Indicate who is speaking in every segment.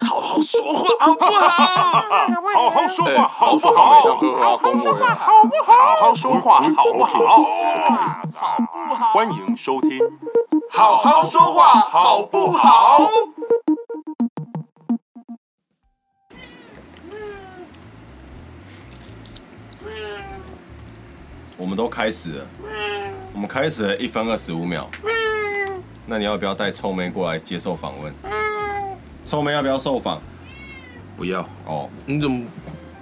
Speaker 1: 好说话好不好？
Speaker 2: 好好说
Speaker 1: 哎
Speaker 2: 话，好不
Speaker 1: 好
Speaker 2: 好？
Speaker 1: 好好说话，
Speaker 2: 好不好？好好说话，好不好？
Speaker 1: 好不好？
Speaker 2: 欢迎收听，
Speaker 1: 好好说话好不好？
Speaker 3: 我们都开始了，我们开始了一分二十五秒。那你要不要带臭妹过来接受访问？臭妹要不要受访？
Speaker 1: 不要，
Speaker 3: 哦，
Speaker 4: 你怎么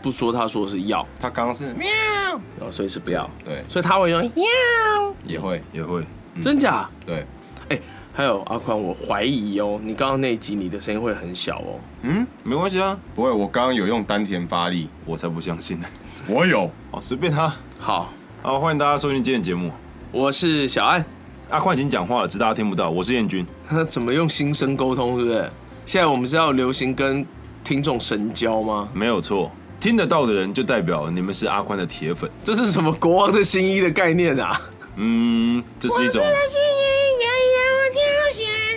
Speaker 4: 不说？他说是要，
Speaker 3: 她刚刚 是
Speaker 4: 然后所以是不要，
Speaker 3: 对，
Speaker 4: 所以他会说要，
Speaker 3: 也会
Speaker 1: 也会
Speaker 4: 真假？
Speaker 3: 对，
Speaker 4: 哎、还有阿宽，我怀疑哦，你刚刚那一集你的声音会很小哦，
Speaker 1: 嗯，没关系啊，
Speaker 3: 不会。我刚刚有用丹田发力，
Speaker 1: 我才不相信呢。
Speaker 3: 我有。
Speaker 1: 哦，随便他。
Speaker 4: 好，
Speaker 1: 好，欢迎大家收听今天的节目。
Speaker 4: 我是小安，
Speaker 1: 阿宽已经讲话了，只是大家听不到。我是彦君，
Speaker 4: 怎么用心声沟通，是不是？现在我们是要流行跟听众神交吗？
Speaker 1: 没有错。听得到的人就代表你们是阿宽的铁粉。
Speaker 4: 这是什么国王的新衣的概念啊？
Speaker 1: 嗯，这是一种，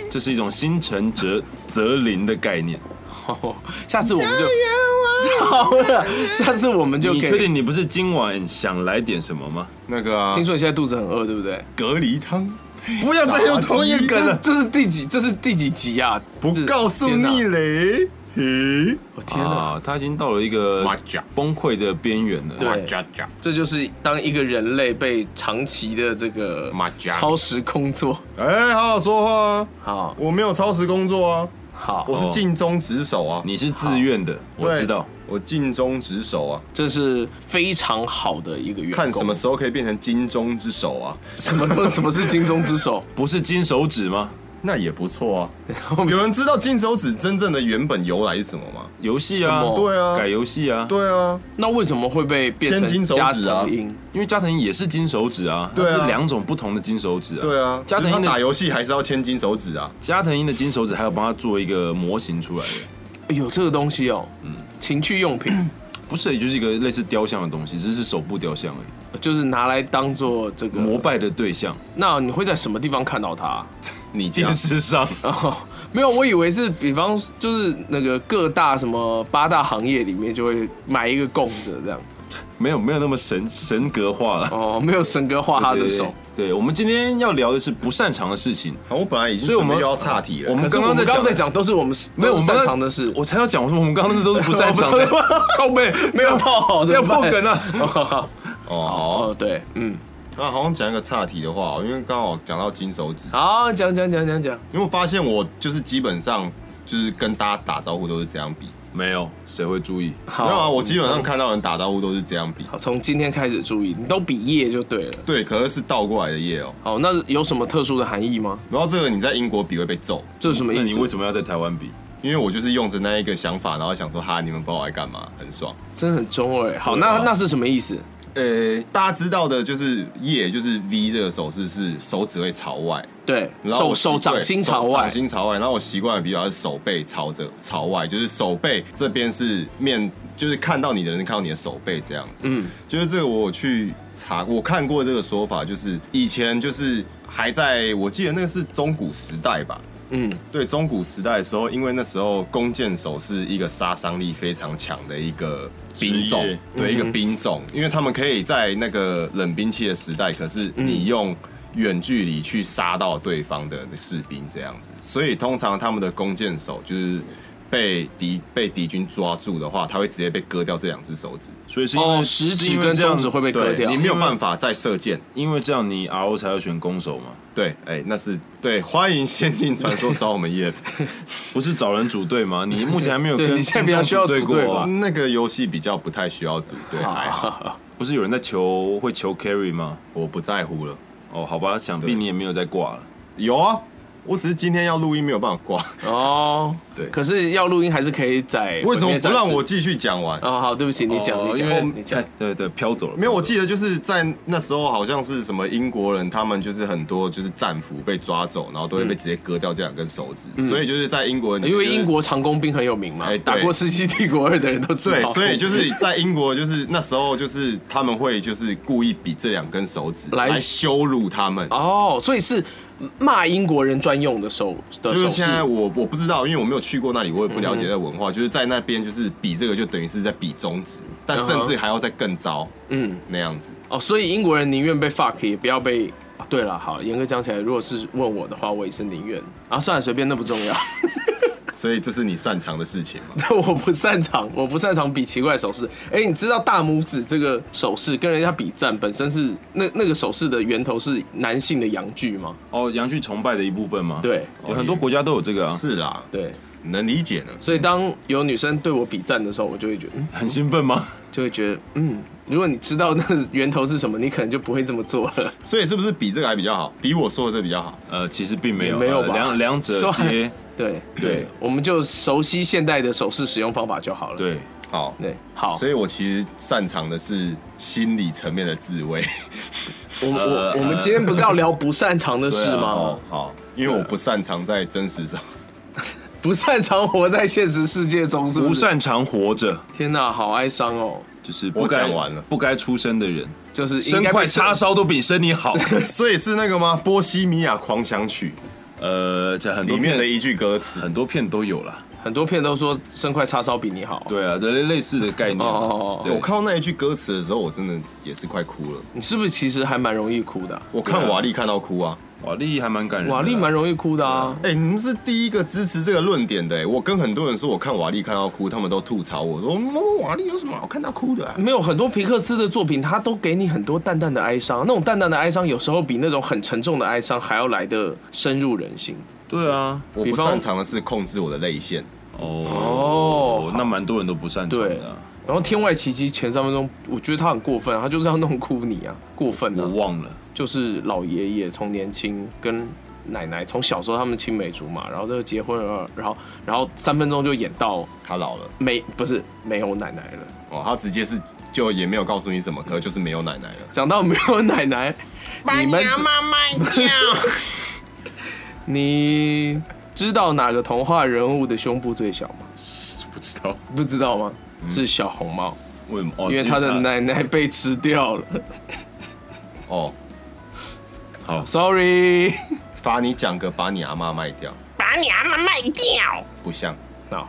Speaker 1: 这是一种心诚则则灵的概念。
Speaker 4: 下次我们就好了， 下次我们就
Speaker 1: 你
Speaker 4: 给
Speaker 1: 确定你不是今晚想来点什么吗？
Speaker 3: 那个啊
Speaker 4: 听说你现在肚子很饿，对不对？
Speaker 3: 隔离 汤，
Speaker 1: 不要再用同一个梗了。
Speaker 4: 这是第几？这是第几集啊？
Speaker 3: 啊不
Speaker 4: 这
Speaker 3: 告诉
Speaker 4: 天哪
Speaker 3: 你嘞。嘿，
Speaker 4: 我天哪！
Speaker 1: 啊，他已经到了一个
Speaker 3: 麻将
Speaker 1: 崩溃的边缘了。
Speaker 4: 对
Speaker 3: 加加
Speaker 4: 这就是当一个人类被长期的这个
Speaker 3: 麻将
Speaker 4: 超时工作，
Speaker 3: 哎，好好说话啊！
Speaker 4: 好
Speaker 3: 我没有超时工作啊，
Speaker 4: 好，
Speaker 3: 我是
Speaker 1: 哦
Speaker 3: 尽忠职守啊。
Speaker 1: 你是自愿的，我
Speaker 3: 对
Speaker 1: 知道。，
Speaker 3: 我尽忠职守啊。
Speaker 4: 这是非常好的一个员工。
Speaker 3: 看什么时候可以变成金钟之首啊？
Speaker 4: 什么东什么是金钟之 手？
Speaker 1: 不是金手指吗？
Speaker 3: 那也不错啊。
Speaker 4: 我们
Speaker 3: 有人知道金手指真正的原本由来是什么吗？
Speaker 1: 游戏啊
Speaker 4: 什，么
Speaker 3: 对啊
Speaker 1: 改游戏啊，
Speaker 3: 对啊，
Speaker 4: 那为什么会被变
Speaker 3: 千
Speaker 4: 成
Speaker 3: 金手
Speaker 4: 加
Speaker 3: 指啊
Speaker 4: 藤鹰？
Speaker 1: 因为加藤鹰也是金手指啊，
Speaker 3: 对啊
Speaker 1: 它是两种不同的金手指啊。
Speaker 3: 对啊，
Speaker 1: 加藤
Speaker 3: 只
Speaker 1: 鹰
Speaker 3: 是他打
Speaker 1: 的
Speaker 3: 游戏还是要千金手指啊。
Speaker 1: 加藤鹰的金手指还有帮他做一个模型出来的，
Speaker 4: 有这个东西哦，嗯，情趣用 品
Speaker 1: 不是，也就是一个类似雕像的东西，只是手部雕像而已，
Speaker 4: 就是拿来当做这个
Speaker 1: 膜。拜的对象，
Speaker 4: 那你会在什么地方看到它？
Speaker 3: 你家
Speaker 1: 电视上。
Speaker 4: 哦，没有，我以为是，比方就是那个各大什么八大行业里面就会买一个供着这样。
Speaker 1: 没有没有那么神神格化了。
Speaker 4: 哦，没有神哥画他的
Speaker 1: 对
Speaker 4: 手。，
Speaker 1: 对对我们今天要聊的是不擅长的事情。
Speaker 3: 好我本来已经
Speaker 1: 所以我们
Speaker 3: 准备又要岔题了。
Speaker 1: 我
Speaker 4: 可
Speaker 1: 们
Speaker 4: 是
Speaker 1: 刚
Speaker 4: 我们
Speaker 1: 刚在
Speaker 4: 刚
Speaker 1: 讲
Speaker 4: 刚在讲都是我们
Speaker 1: 没有，我
Speaker 4: 都
Speaker 1: 们
Speaker 4: 是
Speaker 1: 刚
Speaker 4: 擅长的事，
Speaker 1: 我才要讲，我说我们刚刚那都是不 擅长的，靠背
Speaker 4: 没有套好，
Speaker 1: 要
Speaker 4: 怎么
Speaker 1: 破
Speaker 4: 办
Speaker 1: 梗。啊了。
Speaker 4: 哦好好
Speaker 3: 哦，
Speaker 4: 哦，对，嗯，
Speaker 3: 那好像讲一个岔题的话，因为刚好讲到金手指，
Speaker 4: 好，讲讲讲讲讲，
Speaker 3: 因为我发现我就是基本上就是跟大家打招呼都是这样比，
Speaker 1: 没有，谁会注意？
Speaker 3: 没
Speaker 4: 好，
Speaker 3: 有啊，我基本上看到人打招呼都是这样比。
Speaker 4: 好，从今天开始注意，你都比耶就对了。
Speaker 3: 对，可是是倒过来的页哦。
Speaker 4: 好，那有什么特殊的含义吗？
Speaker 3: 然后这个你在英国比会被揍，
Speaker 4: 这是什么
Speaker 1: 那
Speaker 4: 意
Speaker 1: 你为
Speaker 4: 思？
Speaker 1: 什么要在台湾比？
Speaker 3: 因为我就是用着那一个想法，然后想说哈，你们把我来干嘛？很爽。
Speaker 4: 真的很中二。欸好，
Speaker 3: 啊
Speaker 4: 那那是什么意思？
Speaker 3: 呃，大家知道的就是叶，就是 V 这个手势是手指会朝外，
Speaker 4: 对，
Speaker 3: 然后
Speaker 4: 手
Speaker 3: 我
Speaker 4: 手
Speaker 3: 习
Speaker 4: 掌
Speaker 3: 对
Speaker 4: 心
Speaker 3: 手
Speaker 4: 朝外
Speaker 3: 掌，心朝外。然后我习惯的比较是手背朝着朝外，就是手背这边是面，就是看到你的人看到你的手背这样子。
Speaker 4: 嗯，
Speaker 3: 就是这个我有去查，我看过这个说法，就是以前就是还在我记得那个是中古时代吧。
Speaker 4: 嗯，
Speaker 3: 对中古时代的时候，因为那时候弓箭手是一个杀伤力非常强的一个兵
Speaker 1: 职
Speaker 3: 种
Speaker 1: 业，
Speaker 3: 对一
Speaker 4: 嗯
Speaker 3: 个兵种，因为他们可以在那个冷兵器的时代，可是
Speaker 4: 嗯
Speaker 3: 你用远距离去杀到对方的士兵这样子，所以通常他们的弓箭手就是被敌被敌军抓住的话，他会直接被割掉这两只手指，
Speaker 1: 所以是因为
Speaker 4: 哦，食
Speaker 1: 是
Speaker 4: 指
Speaker 1: 因为
Speaker 4: 跟
Speaker 1: 这样
Speaker 4: 中指会被割
Speaker 3: 对
Speaker 4: 掉
Speaker 3: 你。没有办法再射箭。
Speaker 1: 因为这样你 RO 才要选攻手嘛，
Speaker 3: 对，哎、那是对，欢迎《仙境 传说》找我们叶。
Speaker 1: 不是找人组队吗？你目前还没 有
Speaker 4: 对
Speaker 1: 跟
Speaker 4: 你现在
Speaker 1: 金
Speaker 4: 比较
Speaker 1: 钟
Speaker 4: 需要
Speaker 1: 组队
Speaker 4: 组队
Speaker 1: 过
Speaker 4: 吧
Speaker 1: 啊？
Speaker 3: 那个游戏比较不太需要组队，还好。
Speaker 4: 好，
Speaker 1: 不是有人在求会求 carry 吗？
Speaker 3: 我不在乎了。
Speaker 1: 哦，好吧，想必
Speaker 3: 对
Speaker 1: 你也没有在挂了。
Speaker 3: 有啊，我只是今天要录音没有办法 挂。
Speaker 4: 哦，
Speaker 3: 对
Speaker 4: 可是要录音还是可以载。
Speaker 3: 为什么不让
Speaker 4: 我？
Speaker 3: 我继续讲完？
Speaker 4: 哦，好，对不起，你讲，
Speaker 1: 哦
Speaker 4: 你
Speaker 1: 因为
Speaker 4: 讲，你讲
Speaker 1: 哎。对对，飘走了。
Speaker 3: 没有，我
Speaker 1: 飘
Speaker 3: 记
Speaker 1: 走了
Speaker 3: 得就是在那时候，好像是什么英国人，他们就是很多就是战俘被抓走，然后都会被直接割掉这两根手指，所以就是在英国人，
Speaker 4: 嗯因为英国长弓兵很有名嘛，
Speaker 3: 哎对
Speaker 4: 打过《世纪帝国二》的人都知
Speaker 3: 对，
Speaker 4: 道。
Speaker 3: 所以就是在英国，就是那时候就是他们会就是故意比这两根手指
Speaker 4: 来
Speaker 3: 来羞辱他们，
Speaker 4: 哦，所以是骂英国人专用的手的
Speaker 3: 就是
Speaker 4: 手
Speaker 3: 现
Speaker 4: 势。
Speaker 3: 在我我不知道，因为我没有去过那里，我也不了解那文化。就是在那边，就是比这个就等于是在比中指，但甚至还要再更糟，
Speaker 4: 嗯
Speaker 3: 嗯，那样子。
Speaker 4: 哦，所以英国人宁愿被 fuck 也不要被。啊对了，好，严格讲起来，如果是问我的话，我也是宁愿啊，算了，随便，那不重要。
Speaker 3: 所以这是你擅长的事情嘛？
Speaker 4: 我不擅长，我不擅长比奇怪的手势。哎、你知道大拇指这个手势跟人家比赞本身是那那个手势的源头是男性的阳具吗？
Speaker 1: 哦，洋剧崇拜的一部分吗？
Speaker 4: 对
Speaker 1: 有很多国家都有这个啊，
Speaker 3: 是啦，
Speaker 4: 对，
Speaker 3: 能理解呢。
Speaker 4: 所以当有女生对我比赞的时候，我就会觉得，嗯，
Speaker 1: 很兴奋吗？
Speaker 4: 就会觉得，嗯，如果你知道那个源头是什么，你可能就不会这么做了。
Speaker 3: 所以是不是比这个还比较好？比我说的这比较好？
Speaker 1: 呃，其实并没有，
Speaker 4: 也没有
Speaker 1: 呃
Speaker 4: 吧
Speaker 1: 两两者
Speaker 4: 都还
Speaker 1: 皆
Speaker 4: 对
Speaker 1: 对
Speaker 4: 我们就熟悉现代的手势使用方法就好了。
Speaker 1: 对。
Speaker 3: 好，
Speaker 4: 对，好，
Speaker 3: 所以我其实擅长的是心理层面的自 慰。
Speaker 4: 我们我、
Speaker 1: 呃
Speaker 4: 我们今天不是要聊不擅长的事
Speaker 3: 对啊
Speaker 4: 吗？
Speaker 3: 哦，好，因为我不擅长在真实上。
Speaker 4: 不擅长活在现实世界中，是不是？
Speaker 1: 不擅长活着，
Speaker 4: 天哪，好哀伤哦。
Speaker 1: 就是不
Speaker 3: 我
Speaker 1: 该
Speaker 3: 讲完了
Speaker 1: 不该出生的人，
Speaker 4: 就是应
Speaker 1: 生
Speaker 4: 该被
Speaker 1: 块叉烧都比生你 好。
Speaker 3: 所以是那个吗？《波西米亚狂想曲
Speaker 1: 呃，这很》多
Speaker 3: 里面
Speaker 1: 片
Speaker 3: 的一句歌词。
Speaker 1: 很多片都有啦。
Speaker 4: 很多片都说生块叉烧比你好。，
Speaker 1: 对啊，类类似的概念。
Speaker 4: 哦
Speaker 1: 对
Speaker 3: 我看到那一句歌词的时候，我真的也是快哭了。
Speaker 4: 你是不是其实还蛮容易哭的啊、
Speaker 3: 我看瓦力看到哭啊！
Speaker 1: 瓦力还蛮感人的啦。
Speaker 4: 瓦力蛮容易哭的啊。
Speaker 3: 哎、你们是第一个支持这个论点的、哎，我跟很多人说，我看瓦力看到哭，他们都吐槽我说：“嗯瓦力有什么好看到哭的、啊
Speaker 4: 没有很多皮克斯的作品，它都给你很多淡淡的哀伤，那种淡淡的哀伤有时候比那种很沉重的哀伤还要来的深入人心。
Speaker 1: 对啊，？”
Speaker 3: 我
Speaker 4: 比
Speaker 3: 不
Speaker 4: 方
Speaker 3: 擅长的是控制我的泪腺。
Speaker 1: 哦
Speaker 4: 好
Speaker 1: 那蛮多人都不擅长
Speaker 4: 对
Speaker 1: 的啊，
Speaker 4: 然后《天外奇迹》前三分钟，我觉得他很过分、啊，他就是要弄哭你啊，过分
Speaker 1: 我
Speaker 4: 啊！
Speaker 1: 忘了。
Speaker 4: 就是老爷爷从年轻跟奶奶从小时候他们青梅竹马，然后这个结婚了，然后然后三分钟就演到
Speaker 3: 他老了
Speaker 4: 没不是没有奶奶了，
Speaker 3: 哦，他直接是就也没有告诉你什么，可能就是没有奶奶了。
Speaker 4: 讲到没有奶奶，你们只
Speaker 3: 妈 卖掉。
Speaker 4: 你知道哪个童话人物的胸部最小吗？
Speaker 1: 不知道
Speaker 4: 不知道吗？
Speaker 3: 嗯
Speaker 4: 是小红帽，
Speaker 1: 为什么？哦
Speaker 4: 因为他的奶奶被吃掉了。
Speaker 3: 哦，
Speaker 1: 好
Speaker 4: Sorry，
Speaker 3: 罚你讲个把你阿妈卖掉，
Speaker 5: 把你阿妈卖掉。
Speaker 3: 不像，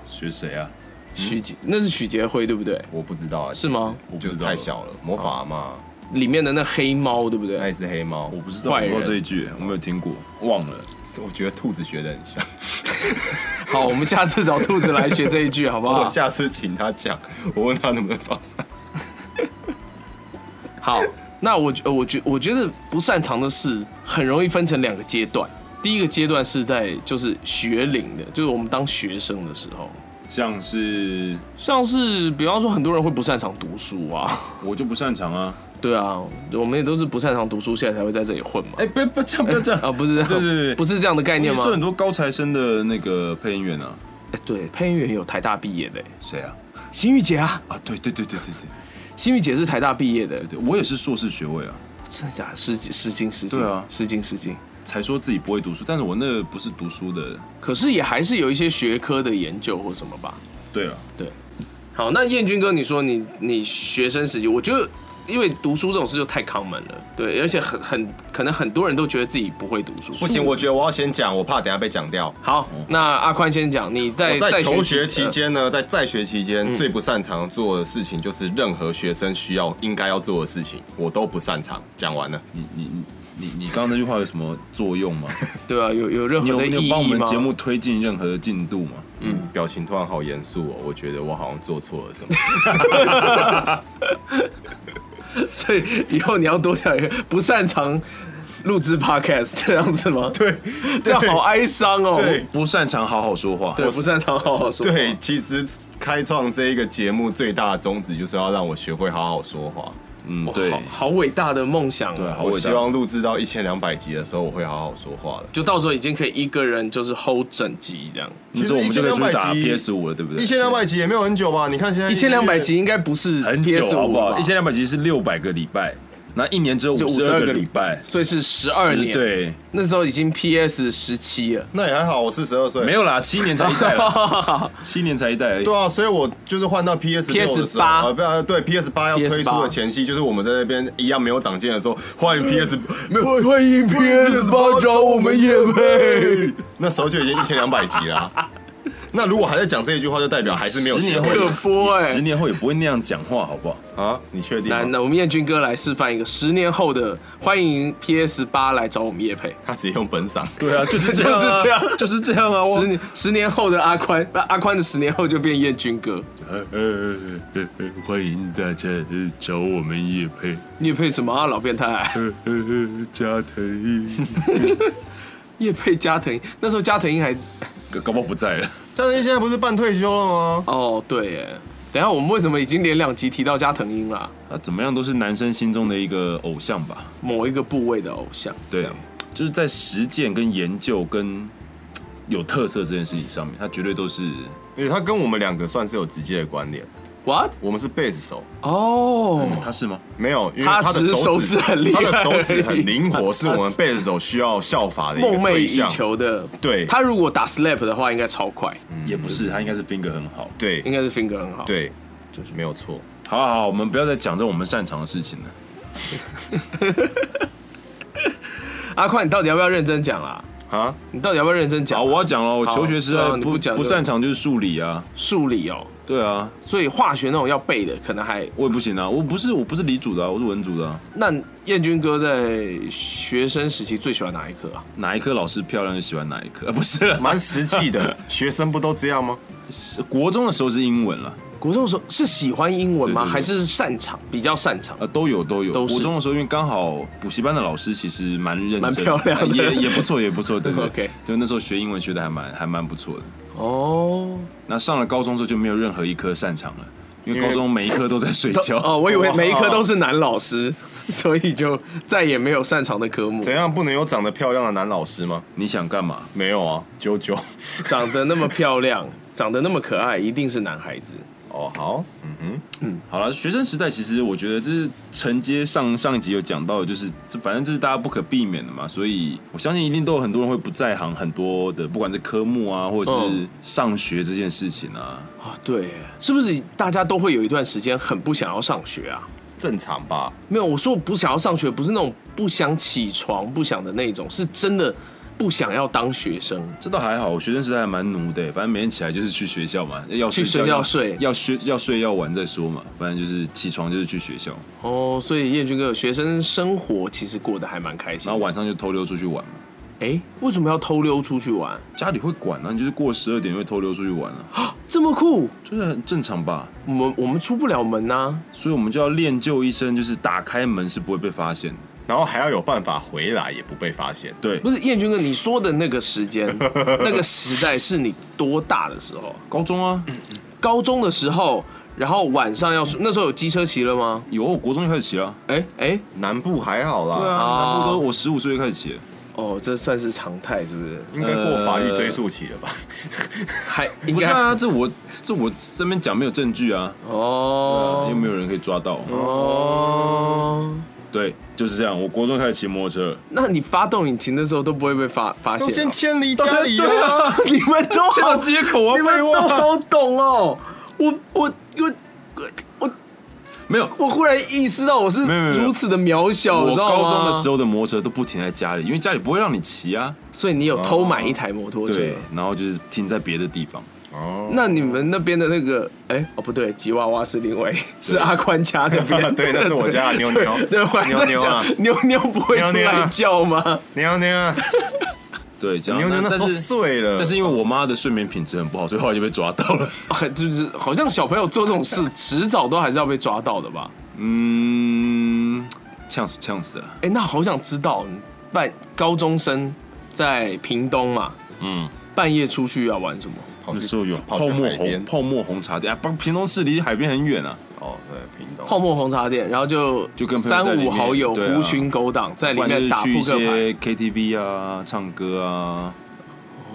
Speaker 1: 学谁啊？
Speaker 4: 许杰那是许杰辉对不对？
Speaker 3: 我不知道啊。
Speaker 4: 是吗
Speaker 3: 其实
Speaker 1: 我不
Speaker 3: 就
Speaker 1: 知道
Speaker 3: 是太小了，魔法阿妈
Speaker 4: 里面的那黑猫对不
Speaker 3: 那一
Speaker 4: 对？
Speaker 3: 只黑猫，
Speaker 1: 我不知道，我
Speaker 4: 坏
Speaker 1: 不
Speaker 4: 人
Speaker 1: 知道这一句，我没有听过，忘了。
Speaker 3: 我觉得兔子学的很像。
Speaker 4: 好，我们下次找兔子来学这一句好不
Speaker 3: 我
Speaker 4: 好？
Speaker 3: 下次请他讲，我问他能不能放上。
Speaker 4: 好，那我觉我觉我觉得不擅长的事很容易分成两个阶段。第一个阶段是在就是学龄的，就是我们当学生的时候，
Speaker 1: 像是
Speaker 4: 像是比方说很多人会不擅长读书啊，
Speaker 1: 我就不擅长啊。
Speaker 4: 对啊，我们也都是不擅长读书，现在才会在这里混嘛。
Speaker 1: 哎，不要不要哦这样，不要这样
Speaker 4: 啊，不是这样，
Speaker 1: 对对对
Speaker 4: 不是这样的概
Speaker 1: 我也
Speaker 4: 念
Speaker 1: 是
Speaker 4: 吗？
Speaker 1: 很多高材生的那个配音员啊。
Speaker 4: 哎对，配音员有台大毕业的，
Speaker 1: 谁啊？
Speaker 4: 心玉姐啊，
Speaker 1: 啊，对对对对对对
Speaker 4: 心玉姐是台大毕业的，哎
Speaker 1: 对对，我也是硕士学位啊，
Speaker 4: 真的假的？失敬失敬失敬，
Speaker 1: 对啊
Speaker 4: 失敬失敬。
Speaker 1: 才说自己不会读书，但是我那个不是读书的。
Speaker 4: 可是也还是有一些学科的研究或什么吧。
Speaker 1: 对啊了，
Speaker 4: 好，那彦军哥，你说你你学生时期，我觉得因为读书这种事就太 common 了，对，而且很很可能很多人都觉得自己不会读书。
Speaker 3: 不行，我觉得我要先讲，我怕等下被讲掉。
Speaker 4: 好，
Speaker 1: 嗯
Speaker 4: 那阿宽先讲，你在
Speaker 3: 我在求
Speaker 4: 学
Speaker 3: 学期，间呢，在在学期间最不擅长做的事情就是任何学生需要应该要做的事情，我都不擅长。讲完了，
Speaker 1: 你你你你你刚刚那句话有什么作用吗？
Speaker 4: 呃对啊，有有任
Speaker 1: 你
Speaker 4: 何
Speaker 1: 有
Speaker 4: 的
Speaker 1: 你有
Speaker 4: 意
Speaker 1: 帮我
Speaker 4: 义
Speaker 1: 们
Speaker 4: 吗？
Speaker 1: 节目推进任何的进度吗？
Speaker 3: 嗯，表情突然好严肃哦，我觉得我好像做错了什么。
Speaker 4: 所以以后你要多讲一个不擅长录制 podcast 这样子 吗？对，这样好哀伤哦。
Speaker 3: 对
Speaker 1: 不擅长好好说话。
Speaker 4: 对，不擅长好好说。
Speaker 3: 对，，其实开创这一个节目最大的宗旨就是要让我学会好好说话。
Speaker 1: 嗯，
Speaker 4: 哇
Speaker 1: 对
Speaker 4: 好好伟大的梦想
Speaker 1: 对，
Speaker 4: 啊！
Speaker 1: 好
Speaker 3: 我
Speaker 1: 伟
Speaker 3: 希
Speaker 1: 大。
Speaker 3: 望录制到一千两百集的时候，我会好好说话的。
Speaker 4: 就到时候已经可以一个人就是 hold 整集这样。
Speaker 1: 那时候我们就可以出去打
Speaker 3: 其实
Speaker 1: PS 五了，对不对？
Speaker 3: 一千两百集也没有很久吧？你看现在
Speaker 4: 一千两百集应该不是
Speaker 1: 哎很久
Speaker 4: PS
Speaker 1: 好
Speaker 4: 五
Speaker 1: 不
Speaker 4: 吧
Speaker 1: 好？一？千两百集是六百个礼拜，那一年只有
Speaker 4: 就
Speaker 1: 五十
Speaker 4: 52
Speaker 1: 二
Speaker 4: 个
Speaker 1: 个礼拜，
Speaker 4: 所以是十二年，，
Speaker 1: 对，
Speaker 4: 那时候已经 PS 十七 了。
Speaker 3: 那也还好，我四十二岁，
Speaker 1: 没有啦，七年才一 代啦，七年才一代而已
Speaker 3: 对。啊，所以我就是换到 PS 六的时
Speaker 4: PS8
Speaker 3: 候，啊不要对 PS 八要
Speaker 4: PS8
Speaker 3: 推出的前夕，就是我们在那边一样没有长进的时候，欢
Speaker 4: 嗯
Speaker 3: 迎 PS
Speaker 4: 没有欢迎 PS 八找我们也配，
Speaker 3: 那时候就已经一千两百集了 啊。那如果还在讲这一句话，就代表还是没有
Speaker 1: 十
Speaker 3: 学
Speaker 1: 年后
Speaker 3: 会
Speaker 4: 可播哎
Speaker 1: 十年后也不会那样讲话，好不好？
Speaker 3: 啊？你确定吗？
Speaker 4: 来，那我们彦军哥来示范一个十年后的，欢迎 PS 八来找我们叶配。
Speaker 3: 他直接用本嗓，
Speaker 1: 对啊， 就是这样、啊，
Speaker 4: 就是这样
Speaker 1: 就是这样啊！我
Speaker 4: 十年十年后的阿宽，啊阿宽的十年后就变彦军哥。
Speaker 1: 呃呃呃呃，欢迎大家呃找我们叶配，
Speaker 4: 你也配什么啊？老变态，
Speaker 1: 呃呃呃，加藤鹰，
Speaker 4: 叶配加藤鹰，那时候加藤鹰还
Speaker 1: 搞搞不好不在了。
Speaker 3: 但是现在不是半退休了吗？
Speaker 4: 哦对耶。等一下我们为什么已经连两集提到加藤鹰了？
Speaker 1: 啊，怎么样都是男生心中的一个偶像吧？
Speaker 4: 某一个部位的偶像，
Speaker 1: 对，就是在实践跟研究跟有特色这件事情上面，他绝对都是
Speaker 3: 因为他跟我们两个算是有直接的关联，
Speaker 4: ，what？
Speaker 3: 我们是贝斯手，
Speaker 4: 哦，
Speaker 1: 他是吗？
Speaker 3: 没有，因为
Speaker 4: 他
Speaker 3: 的
Speaker 4: 只是
Speaker 3: 手
Speaker 4: 手指很厉害
Speaker 3: 他的手指
Speaker 4: 而已
Speaker 3: 很灵活，是我们贝斯手需要效法的一个
Speaker 4: 梦寐
Speaker 3: 对
Speaker 4: 以
Speaker 3: 象。
Speaker 4: 求的。
Speaker 3: 对
Speaker 4: 他如果打 slap 的话，应该超快，
Speaker 1: 也不是，他应该是 finger 很好。
Speaker 4: 应
Speaker 3: 对
Speaker 4: 该是 finger 很好。，
Speaker 3: 对，就是没有错。
Speaker 1: 好好好，我们不要再讲这种我们擅长的事情了。
Speaker 4: 阿宽，你到底要不要认真讲啊？
Speaker 3: 啊，
Speaker 4: 你到底要不要认真讲、
Speaker 1: 好，
Speaker 4: 啊？
Speaker 1: 我要讲了，我
Speaker 4: 好
Speaker 1: 求学时
Speaker 4: 对啊
Speaker 1: 代
Speaker 4: 你
Speaker 1: 不
Speaker 4: 不讲
Speaker 1: 不
Speaker 4: 就
Speaker 1: 擅长就是数理啊，
Speaker 4: 数理哦，
Speaker 1: 对啊，
Speaker 4: 所以化学那种要背的可能还……
Speaker 1: 我也不行啊，我不是我不是理组的啊，我是文组的啊。
Speaker 4: 那彦军哥在学生时期最喜欢哪一科啊？
Speaker 1: 哪一科老师漂亮就喜欢哪一科，啊不是啦
Speaker 3: 蛮实际的，学生不都这样 吗？
Speaker 1: 国中的时候是英文了，
Speaker 4: 国中的时候是喜欢英文吗？
Speaker 1: 对对对
Speaker 4: 还是擅长比较擅长？
Speaker 1: 呃，都有都有。
Speaker 4: 都是
Speaker 1: 国中的时候，因为刚好补习班的老师其实蛮认真，呃
Speaker 4: 蛮漂亮的
Speaker 1: 也也不错，也不错，对 对
Speaker 4: OK
Speaker 1: 就那时候学英文学的还蛮还蛮不错的。
Speaker 4: 哦，
Speaker 1: 那上了高中之后就没有任何一科擅长了，因为
Speaker 3: 因为
Speaker 1: 高中每一科都在睡
Speaker 4: 都
Speaker 1: 觉。
Speaker 4: 哦，我以为每一科都是男老师， 所以就再也没有擅长的科目
Speaker 3: 怎。样不能有长得漂亮的男老师吗？
Speaker 1: 你想干嘛？
Speaker 3: 没有啊，啾啾。
Speaker 4: 长得那么漂亮，长得那么可爱，一定是男孩子。
Speaker 3: 哦，好，嗯哼，
Speaker 1: 好了，学生时代其实我觉得这是承接上上一集有讲到的，就是这反正这是大家不可避免的嘛，所以我相信一定都有很多人会不在行很多的，不管是科目啊，或者是
Speaker 4: 嗯
Speaker 1: 上学这件事情啊，
Speaker 4: 哦，对，是不是大家都会有一段时间很不想要上学啊？
Speaker 3: 正常吧。
Speaker 4: 没有，我说我不想要上学，不是那种不想起床、不想的那种，是真的不想要当学生。
Speaker 1: 这倒还好，我学生时代还蛮奴的，反正每天起来就是去学校嘛，要
Speaker 4: 去
Speaker 1: 睡觉
Speaker 4: 睡
Speaker 1: 要
Speaker 4: 要睡
Speaker 1: 要睡要睡要玩再说嘛，反正就是起床就是去学校，
Speaker 4: 哦，所以彦君哥学生生活其实过得还蛮开心
Speaker 1: 然后
Speaker 4: 的。
Speaker 1: 晚上就偷溜出去玩嘛。
Speaker 4: 哎，为什么要偷溜出去玩？
Speaker 1: 家里会管啊，你就是过十二点会偷溜出去玩啊，
Speaker 4: 这么酷，
Speaker 1: 就是很正常吧。
Speaker 4: 我们我们出不了门呐、啊
Speaker 1: 所以我们就要练就一身，就是打开门是不会被发现的。
Speaker 3: 然后还要有办法回来，也不被发现。
Speaker 1: 对
Speaker 4: 不，是彦君哥，你说的那个时间、那个时代是你多大的时候？
Speaker 1: 高中啊，
Speaker 4: 高中的时候，然后晚上要那时候有机车骑了吗？
Speaker 1: 有我国中就开始骑了。
Speaker 4: 哎哎，
Speaker 3: 南部还好
Speaker 1: 对
Speaker 3: 啦，
Speaker 1: 啊，
Speaker 4: 哦
Speaker 1: 南部都我十五岁就开始骑了，
Speaker 4: 哦，这算是常态是不是？
Speaker 3: 应该过法律追溯期了吧？
Speaker 4: 还应
Speaker 1: 不是
Speaker 4: 该、
Speaker 1: 啊，这我这我这边讲没有证据啊，
Speaker 4: 哦，
Speaker 1: 又没啊有人可以抓到。
Speaker 4: 哦，
Speaker 1: 对，就是这样。我国中开始骑摩托车，
Speaker 4: 那你发动引擎的时候都不会被发发现、
Speaker 1: 呃
Speaker 3: 都
Speaker 4: 啊？
Speaker 3: 先迁离家里啊。
Speaker 4: 你 们都
Speaker 1: 先
Speaker 4: 好
Speaker 1: 到，街口啊，
Speaker 4: 你们
Speaker 1: 废
Speaker 4: 都
Speaker 1: 话。
Speaker 4: 好懂哦。我我我我我
Speaker 1: 没有，
Speaker 4: 我忽然意识到我是
Speaker 1: 没有没有没有
Speaker 4: 如此的渺哦小，你
Speaker 1: 我
Speaker 4: 知道吗？
Speaker 1: 高中的时，候的摩托车都不停在家里，因为家里不会让你骑啊。
Speaker 4: 所以你有偷买一台摩托车。
Speaker 1: 对，然后就是停在别的地方。
Speaker 3: 哦，
Speaker 4: 那你们那边的那个，哎、哦不对，吉娃娃是另外， 是阿宽家那 边，
Speaker 3: 对那是我家的妞妞
Speaker 4: 对，对我还
Speaker 3: 妞
Speaker 4: 在
Speaker 3: 妞啊
Speaker 4: 想，妞妞不会出
Speaker 3: 妞妞
Speaker 4: 来
Speaker 3: 啊
Speaker 4: 叫吗？
Speaker 3: 娘娘，
Speaker 1: 对，这样。
Speaker 3: 妞妞那
Speaker 1: 啊但
Speaker 3: 时候
Speaker 1: 是
Speaker 3: 碎了，
Speaker 1: 但是因为我妈的睡眠品质很不好，所以后来就被抓到了。
Speaker 4: 啊就是好像小朋友做这种事，迟早都还是要被抓到的吧？
Speaker 1: 嗯，呛死呛死了。
Speaker 4: 哎、那好想知道，半高中生在屏东嘛，
Speaker 1: 嗯，
Speaker 4: 半夜出去要玩什么？
Speaker 3: 跑
Speaker 1: 那
Speaker 3: 去
Speaker 1: 时候有
Speaker 3: 跑
Speaker 1: 泡
Speaker 3: 去
Speaker 1: 沫
Speaker 3: 海
Speaker 1: 红
Speaker 3: 边。
Speaker 1: 泡沫红茶店，啊，不，屏东市离海边很远啊，
Speaker 3: 哦，对，屏东
Speaker 4: 泡沫红茶店，然后就
Speaker 1: 就跟朋友在
Speaker 4: 三
Speaker 1: 里
Speaker 4: 五
Speaker 1: 面
Speaker 4: 好友
Speaker 1: 对啊
Speaker 4: 狐群狗党在里
Speaker 1: 不然就
Speaker 4: 面
Speaker 1: 是
Speaker 4: 打
Speaker 1: 去一
Speaker 4: 扑克牌。
Speaker 1: 些 KTV 啊，唱歌啊，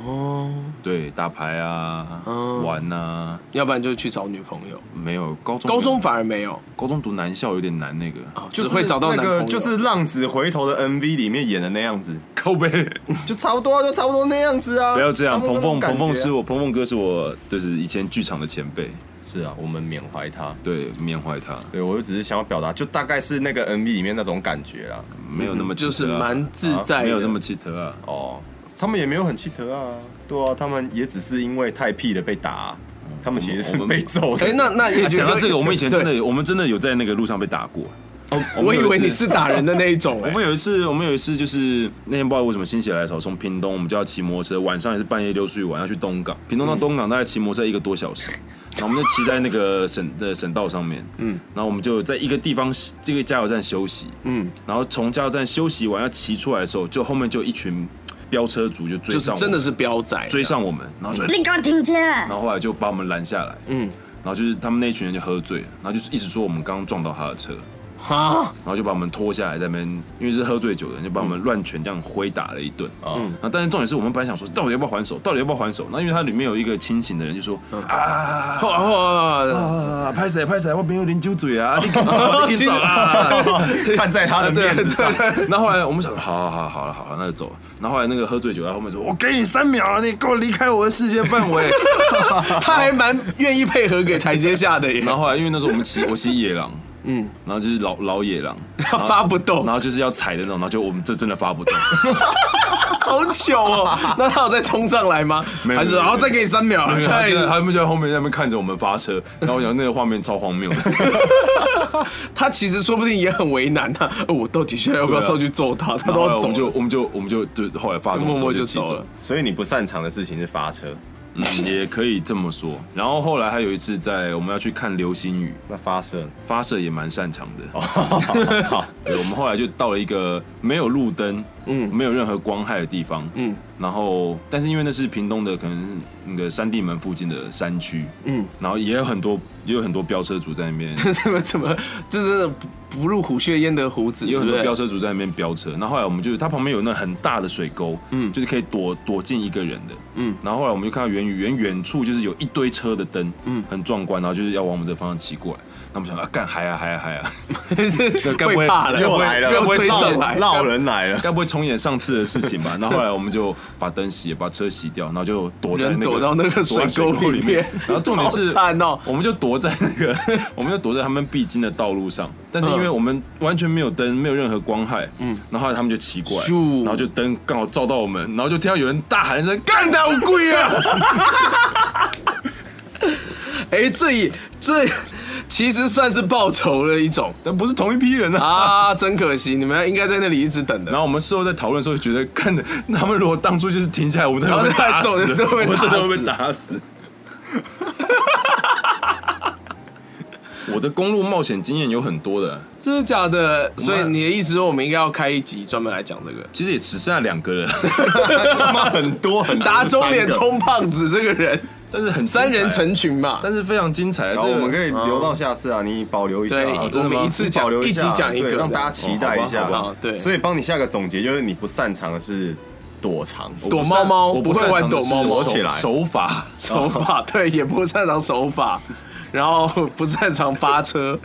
Speaker 4: 哦，
Speaker 1: 对，打牌啊，
Speaker 4: 嗯
Speaker 1: 玩啊，
Speaker 4: 要不然就去找女朋友。
Speaker 1: 没有高中
Speaker 4: 高中反而没有，
Speaker 1: 高中读男校有点难那个，
Speaker 4: 哦
Speaker 3: 就
Speaker 4: 只
Speaker 3: 是
Speaker 4: 会找到
Speaker 3: 那
Speaker 4: 男朋友嗯
Speaker 3: 个，就是《浪子回头》的 MV 里面演的那样子，靠背就差不多啊，就差不多那样子啊。
Speaker 1: 不要这样，
Speaker 3: 差不
Speaker 1: 彭
Speaker 3: 多
Speaker 1: 凤
Speaker 3: 那种感
Speaker 1: 彭凤
Speaker 3: 觉啊
Speaker 1: 是我彭凤哥是我就是以前剧场的前辈，
Speaker 3: 是啊，我们缅怀他。
Speaker 1: 对，缅怀他，
Speaker 3: 对，我就只是想要表达，就大概是那个 MV 里面那种感觉啦。
Speaker 1: 没有那么、啊
Speaker 4: 就是蛮自在的，
Speaker 1: 没有那么气特啊，
Speaker 3: 哦，他们也没有很气头啊，对啊，他们也只是因为太屁了被打啊、
Speaker 4: 嗯
Speaker 3: 他们其实
Speaker 1: 我
Speaker 3: 是
Speaker 1: 们
Speaker 3: 被揍的。
Speaker 4: 哎、那那也
Speaker 1: 啊讲到这个，我们以前真
Speaker 4: 对哦
Speaker 1: 的，我们真的有在那个路上被打过。
Speaker 4: 我以
Speaker 1: 有一
Speaker 4: 为
Speaker 1: 次
Speaker 4: 你是打人的那一种、
Speaker 1: 我
Speaker 4: 哎
Speaker 1: 们有一次，我们有一次就是那天不知道为什么心血来潮，从屏东我们就要骑摩托车，晚上也是半夜溜出去玩，要去东港。屏东
Speaker 4: 嗯
Speaker 1: 到东港大概骑摩托车一个多小时，然后我们就骑在那个省的省道上面，嗯，然后我们就在一个地方这个加油站休息，
Speaker 4: 嗯，
Speaker 1: 然后从加油站休息完要骑出来的时候，就后面就一群飙车族就追
Speaker 4: 就
Speaker 1: 上
Speaker 4: 是
Speaker 1: 我们，
Speaker 4: 真的是彪仔，啊
Speaker 1: 追上我们，然后就
Speaker 5: 你给我停车！
Speaker 1: 然后后来就把我们拦下来，
Speaker 4: 嗯，
Speaker 1: 然后就是他们那一群人就喝醉了，然后就是一直说我们刚刚撞到他的车，
Speaker 4: 哈，
Speaker 1: 然后就把我们拖下来在那边，因为是喝醉酒的人，就把我们乱拳这样挥打了一顿。嗯啊、
Speaker 3: 嗯
Speaker 1: 然后但是重点是我们本来想说，到底要不要还手？到底要不要还手？那因为它里面有一个清醒的人就说、啊
Speaker 4: 后后
Speaker 1: 啊，拍谁拍谁，我朋友点酒嘴啊， 你跟走，你跟走 啊。
Speaker 3: 看在他的面子上，
Speaker 1: 那后来我们想，好好好好了好了，那就走了。然后后来那个喝醉酒在后面说，我给你三秒啊，你给我离开我的视线范围。
Speaker 4: 他还蛮愿意配合给台阶下的耶，
Speaker 1: 然后后来因为那时候我们骑我骑野狼，嗯，然后就是老老野 狼，
Speaker 4: 他发不动
Speaker 1: 然，后就是要踩的那种，然后就我们这真的发不动。
Speaker 4: 好糗哦。那他有再冲上来吗？
Speaker 1: 没有
Speaker 4: 还是
Speaker 1: 没有
Speaker 4: 然后再给你三秒？哎
Speaker 1: 没有他
Speaker 4: 啊太
Speaker 1: 就在他们就在后面在那边看着我们发车，然后我想那个画面超荒谬的，
Speaker 4: 他其实说不定也很为难啊， 呃我到底现在要不要
Speaker 1: 对啊
Speaker 4: 上去揍他？他
Speaker 1: 然
Speaker 4: 都
Speaker 1: 后后来
Speaker 4: 要
Speaker 1: 我
Speaker 4: 走
Speaker 1: 们就
Speaker 4: 了，
Speaker 1: 我们就我们就就后来发动，
Speaker 4: 默
Speaker 1: 我
Speaker 4: 默
Speaker 1: 们
Speaker 4: 就
Speaker 1: 骑
Speaker 4: 走了。。。
Speaker 3: 所以你不擅长的事情是罚车。
Speaker 1: 嗯，也可以这么说。然后后来还有一次在我们要去看流星雨，
Speaker 3: 那发射哦呢，
Speaker 1: 发射也蛮擅长的。对，我们后来就到了一个没有路灯，嗯，没有任何光害的地方，嗯，然后但是因为那是屏东的，可能是那个山地门附近的山区，嗯，然后也有很多也有很多飙车族在那边
Speaker 4: 怎么怎么，这真的不不入虎穴焉得虎子，
Speaker 1: 也有很
Speaker 4: 对
Speaker 1: 多
Speaker 4: 不对
Speaker 1: 飙车族在那边飙车，然后后来我们就是它旁边有那很大的水沟，嗯，就是可以躲躲进一个人的，嗯，然后后来我们就看到远远远处就是有一堆车的灯，嗯，很壮观，然后就是要往我们这个方向骑过来，那我们想啊干嗨啊嗨啊嗨啊， 该不会
Speaker 4: 会怕了，
Speaker 1: 又
Speaker 3: 又来了，
Speaker 4: 又追
Speaker 3: 绕
Speaker 4: 上来，
Speaker 3: 绕人来了。
Speaker 1: 该不会重演上次的事情 吧？然后后来我们就把灯熄，把车熄掉，然后就躲在那
Speaker 4: 人
Speaker 1: 个
Speaker 4: 躲到那个水
Speaker 1: 躲在
Speaker 4: 沟
Speaker 1: 沟
Speaker 4: 里
Speaker 1: 里
Speaker 4: 面
Speaker 1: 然后重点是
Speaker 4: 好惨哦
Speaker 1: 我们就躲在那个， 我们就躲在他们必经的道路上，但是因为我们完全没有灯，没有任何光害，嗯，然后后来他们就骑过来，
Speaker 4: 咻
Speaker 1: 然后就灯刚好照到我们，然后就听到有人大喊一声“干他好贵啊
Speaker 4: 哎，这也这其实算是报仇的一种”，
Speaker 1: 但不是同一批人啊。
Speaker 4: 啊，真可惜，你们应该在那里一直等的
Speaker 1: 然。后我们事后在讨论的时候，觉得看他们如果当初就是停下来，我们真的会被
Speaker 4: 然
Speaker 1: 打死，
Speaker 4: 后
Speaker 1: 我
Speaker 4: 再走
Speaker 1: 们
Speaker 4: 就会被打死
Speaker 1: 真的会被打死。我的公路冒险经验有很多的，
Speaker 4: 真的假的？所以
Speaker 1: 们
Speaker 4: 你的意思说，我们应该要开一集专门来讲这个？
Speaker 1: 其实也只剩下两个人，
Speaker 3: 他妈很多很多
Speaker 4: 打肿脸
Speaker 3: 三个
Speaker 4: 充胖子这个人，
Speaker 1: 但是很精彩
Speaker 4: 三人，成群嘛。
Speaker 1: 但是非常精彩。这
Speaker 3: 然后
Speaker 1: 个
Speaker 3: 我们可以留到下次啊，你保留一
Speaker 4: 嗯
Speaker 3: 下
Speaker 4: 对，
Speaker 3: 啊，
Speaker 1: 真
Speaker 4: 我
Speaker 1: 的吗
Speaker 4: 们一次
Speaker 3: 保
Speaker 4: 讲
Speaker 3: 留
Speaker 4: 一
Speaker 3: 下啊
Speaker 4: 集讲一个，
Speaker 3: 对让大家期待一下。
Speaker 1: 哦
Speaker 4: 好吧好吧对
Speaker 3: 所以帮你下个总结，就是你不擅长的是躲藏。
Speaker 1: 我不
Speaker 4: 躲
Speaker 1: 擅
Speaker 4: 猫猫
Speaker 1: 我
Speaker 4: 不会
Speaker 1: 擅
Speaker 4: 玩
Speaker 1: 长
Speaker 4: 躲
Speaker 1: 的是
Speaker 4: 猫猫
Speaker 1: 手
Speaker 3: 起来
Speaker 1: 手法。
Speaker 4: 手法，对，也不擅长手 法，然后不擅长发车。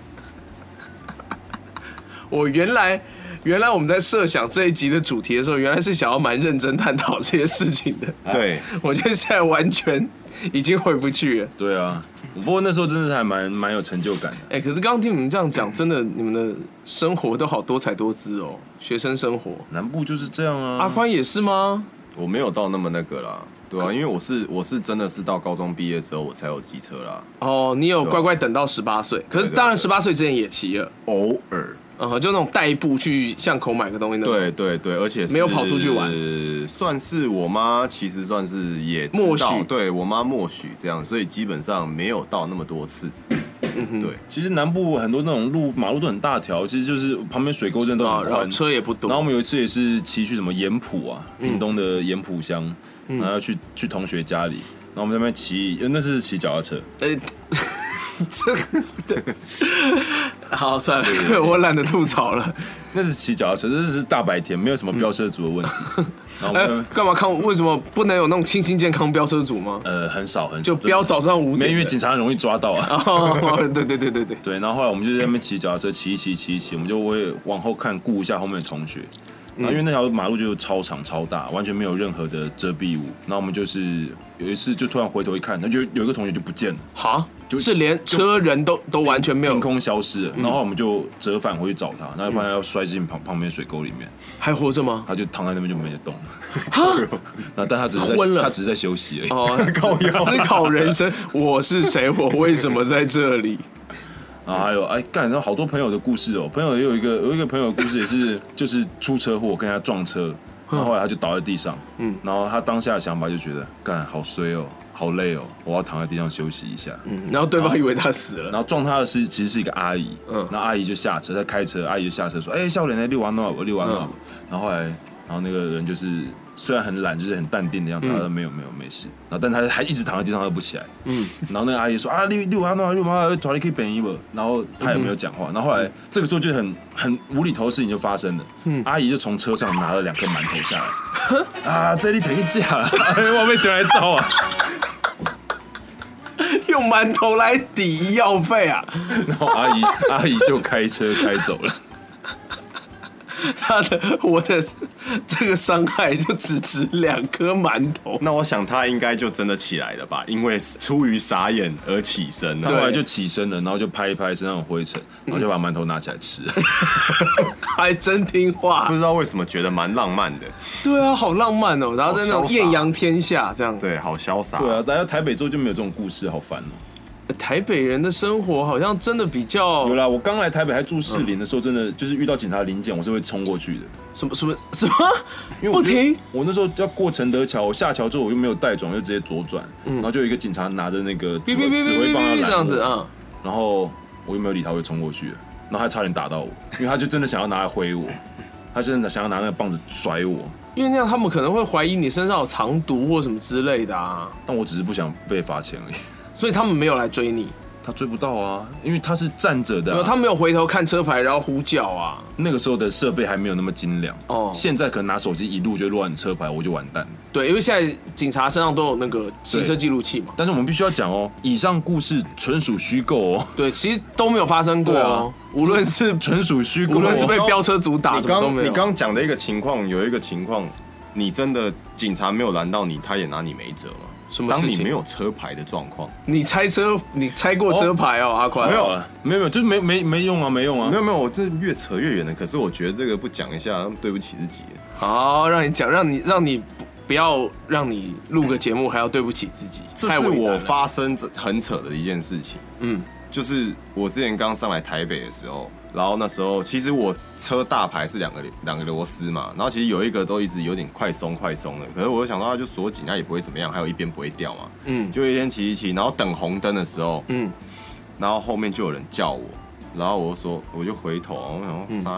Speaker 4: 我原来原来我们在设想这一集的主题的时候，原来是想要蛮认真探讨这些事情的。
Speaker 3: 对，
Speaker 4: 我觉得现在完全已经回不去了。
Speaker 1: 对啊，不过那时候真的是还蛮蛮有成就感的。
Speaker 4: 哎、可是刚刚听你们这样讲，真的，你们的生活都好多彩多姿哦，学生生活。
Speaker 1: 南部就是这样啊。
Speaker 4: 阿宽也是吗？
Speaker 3: 我没有到那么那个啦，对啊，因为我是我是真的是到高中毕业之后我才有机车啦，
Speaker 4: 哦，你有乖乖等到十八岁，可是
Speaker 3: 对对
Speaker 4: 当然十八岁之前也骑了，
Speaker 3: 偶尔。
Speaker 4: 嗯哼，就那种代步去巷口买个东西那种。
Speaker 3: 对对对，而且是
Speaker 4: 没有跑出去玩，
Speaker 3: 算是我妈其实算是也知道
Speaker 4: 默许
Speaker 3: 对我妈默许这样，所以基本上没有到那么多次。
Speaker 4: 嗯
Speaker 3: 对，
Speaker 1: 其实南部很多那种路马路都很大条，其实就是旁边水沟真的都
Speaker 4: 啊，
Speaker 1: 很
Speaker 4: 然后
Speaker 1: 宽，
Speaker 4: 车也不
Speaker 1: 然后我
Speaker 4: 多。
Speaker 1: 们有一次也是骑去什么盐埔啊，
Speaker 4: 嗯
Speaker 1: 屏东的盐埔乡，然后要去去同学家里，然后我们在那边
Speaker 4: 哎
Speaker 1: 骑，呃那是骑脚踏车，
Speaker 4: 呃，这个这 好，算了，我懒得吐槽了。
Speaker 1: 那是骑脚踏车，这是大白天，没有什么飙车族的问题。然后
Speaker 4: 哎
Speaker 1: 我们，
Speaker 4: 干嘛康？为什么不能有那种清新健康飙车组吗？
Speaker 1: 呃很少很
Speaker 4: 就
Speaker 1: 少
Speaker 4: 飙早上五
Speaker 1: 没
Speaker 4: 点，
Speaker 1: 因为警察很容易抓到 啊。
Speaker 4: 哦，对对对对对，
Speaker 1: 对，然后后来我们就在那边骑脚踏车，骑一骑，骑一骑，我们就会往后看，顾一下后面的同学。
Speaker 4: 嗯
Speaker 1: 然后因为那条马路就超长超大，完全没有任何的遮蔽物。然后我们就是有一次就突然回头一看，他就有一个同学就不见了，
Speaker 4: 好，
Speaker 1: 就是
Speaker 4: 连车人都都完全没有
Speaker 1: 凭，空消失了。然后我们就折返回去找他，然后发现要摔进旁旁边水沟里面，
Speaker 4: 还活着 吗？
Speaker 1: 他就躺在那边就没得动了。 那但他只是在
Speaker 4: 啊昏了
Speaker 1: 他只是在休息而已。
Speaker 4: 哦，
Speaker 3: 高腰
Speaker 4: 思考人生，我是谁？我为什么在这里？
Speaker 1: 然后还有哎干，然后好多朋友的故事哦，朋友也有一个有一个朋友的故事也是就是出车祸跟人家撞车，然后后来他就倒在地上，嗯，然后他当下的想法就觉得干好衰哦，好累哦，我要躺在地上休息一下。
Speaker 4: 嗯然后对方以为他死了，
Speaker 1: 然后撞他的是其实是一个阿姨，嗯，那阿姨就下车，她开车，阿姨就下车说：“哎、笑脸来遛完了，我遛完了。然后后来，然后那个人就是虽然很懒，就是很淡定的样子，他说：“没有没有没事。”然后但他还一直躺在地上，他不起来。嗯，然后那个阿姨说：“啊，遛遛完了，遛完了，找你可以便宜不？”然后他也没有讲话。然后后来这个时候就很很无厘头的事情就发生了，嗯，阿姨就从车上拿了两个馒头下 来，啊，这里等一下， 哎我被谁来招啊？
Speaker 4: 用馒头来抵医药费啊！
Speaker 1: 然后阿姨阿姨就开车开走了。
Speaker 4: 他的我的这个伤害就只值两颗馒头，
Speaker 3: 那我想他应该就真的起来了吧，因为出于傻眼而起身
Speaker 4: 啊
Speaker 3: 啊
Speaker 1: 他后
Speaker 3: 了。
Speaker 1: 来就起身了，然后就拍一拍身上的灰尘，然后就把馒头拿起来吃。
Speaker 4: 还真听 话
Speaker 3: 不。知道为什么觉得蛮浪漫的，
Speaker 4: 对啊，好浪漫哦！然后在那种
Speaker 3: 好潇洒
Speaker 4: 艳阳天下这样，
Speaker 3: 对，好潇洒。
Speaker 1: 对啊，大家台北之后就没有这种故事，好烦哦、
Speaker 4: 台北人的生活好像真的比较
Speaker 1: 有啦，我刚来台北还住士林的时候，真的就是遇到警察临检，我是会冲过去的。
Speaker 4: 什么什 么什么，
Speaker 1: 因为
Speaker 4: 不
Speaker 1: 我觉得
Speaker 4: 停，
Speaker 1: 我那时候要过承德桥，我下桥之后我又没有带转，我就直接左转，然后就有一个警察拿着那个指
Speaker 4: 哔哔哔
Speaker 1: 挥指
Speaker 4: 哔
Speaker 1: 挥
Speaker 4: 哔
Speaker 1: 棒要
Speaker 4: 哔
Speaker 1: 拦
Speaker 4: 这样子
Speaker 1: 我，
Speaker 4: 啊，
Speaker 1: 然后我又没有理他，我就冲过去了，然后他差点打到我，因为他就真的想要拿来挥我，他真的想要拿那个棒子甩我，
Speaker 4: 因为那样他们可能会怀疑你身上有藏毒或什么之类的啊，
Speaker 1: 但我只是不想被罚钱而已。
Speaker 4: 所以他们没有来追你，
Speaker 1: 他追不到啊，因为他是站着的、
Speaker 4: 没
Speaker 1: 啊
Speaker 4: 有，。他没有回头看车牌，然后呼叫啊，
Speaker 1: 那个时候的设备还没有那么精良，
Speaker 4: 哦
Speaker 1: 哦，现在可能拿手机一录就乱车牌，我就完蛋了。
Speaker 4: 对，因为现在警察身上都有那个行车记录器嘛，
Speaker 1: 但是我们必须要讲哦，以上故事纯属虚构哦，
Speaker 4: 对，其实都没有发生过
Speaker 1: 对
Speaker 4: 哦
Speaker 1: 啊，
Speaker 4: 无论是
Speaker 1: 纯属虚构、
Speaker 4: 无
Speaker 1: 哦。
Speaker 4: 论是被
Speaker 3: 我刚
Speaker 4: 飙车族打
Speaker 3: 嗯你
Speaker 4: 什么都
Speaker 3: 刚
Speaker 4: 没
Speaker 3: 你
Speaker 4: 有，
Speaker 3: 刚讲的一个情况，有一个情况，你真的警察没有拦到你，他也拿你没辙吗？
Speaker 4: 什么事
Speaker 3: 当
Speaker 4: 情
Speaker 3: 你没有车牌的状况，
Speaker 4: 你拆车，你拆过车牌哦，阿宽，
Speaker 3: 没有啊
Speaker 1: 好了，没有没有，就是没没没用啊，没用
Speaker 3: 没
Speaker 1: 啊。
Speaker 3: 有没有，我这越扯越远了。可是我觉得这个不讲一下，对不起自己。
Speaker 4: 好，让你讲，让你让你不不要让你录个节目还要对不起自己，
Speaker 3: 这
Speaker 4: 太
Speaker 3: 是
Speaker 4: 为难
Speaker 3: 我
Speaker 4: 了
Speaker 3: 发生这很扯的一件事情。
Speaker 4: 嗯
Speaker 3: 嗯，就是我之前刚上来台北的时候，然后那时候其实我车大牌是两个两个螺丝嘛，然后其实有一个都一直有点快松快松的，可是我就想到它就锁紧，它啊也不会怎么样，还有一边不会掉嘛。
Speaker 4: 嗯
Speaker 3: 嗯，就有一天骑一骑，然后等红灯的时候，
Speaker 4: 嗯
Speaker 3: 嗯，然后后面就有人叫我。然后我就说，我就回头，我
Speaker 4: 嗯
Speaker 3: 想说 傻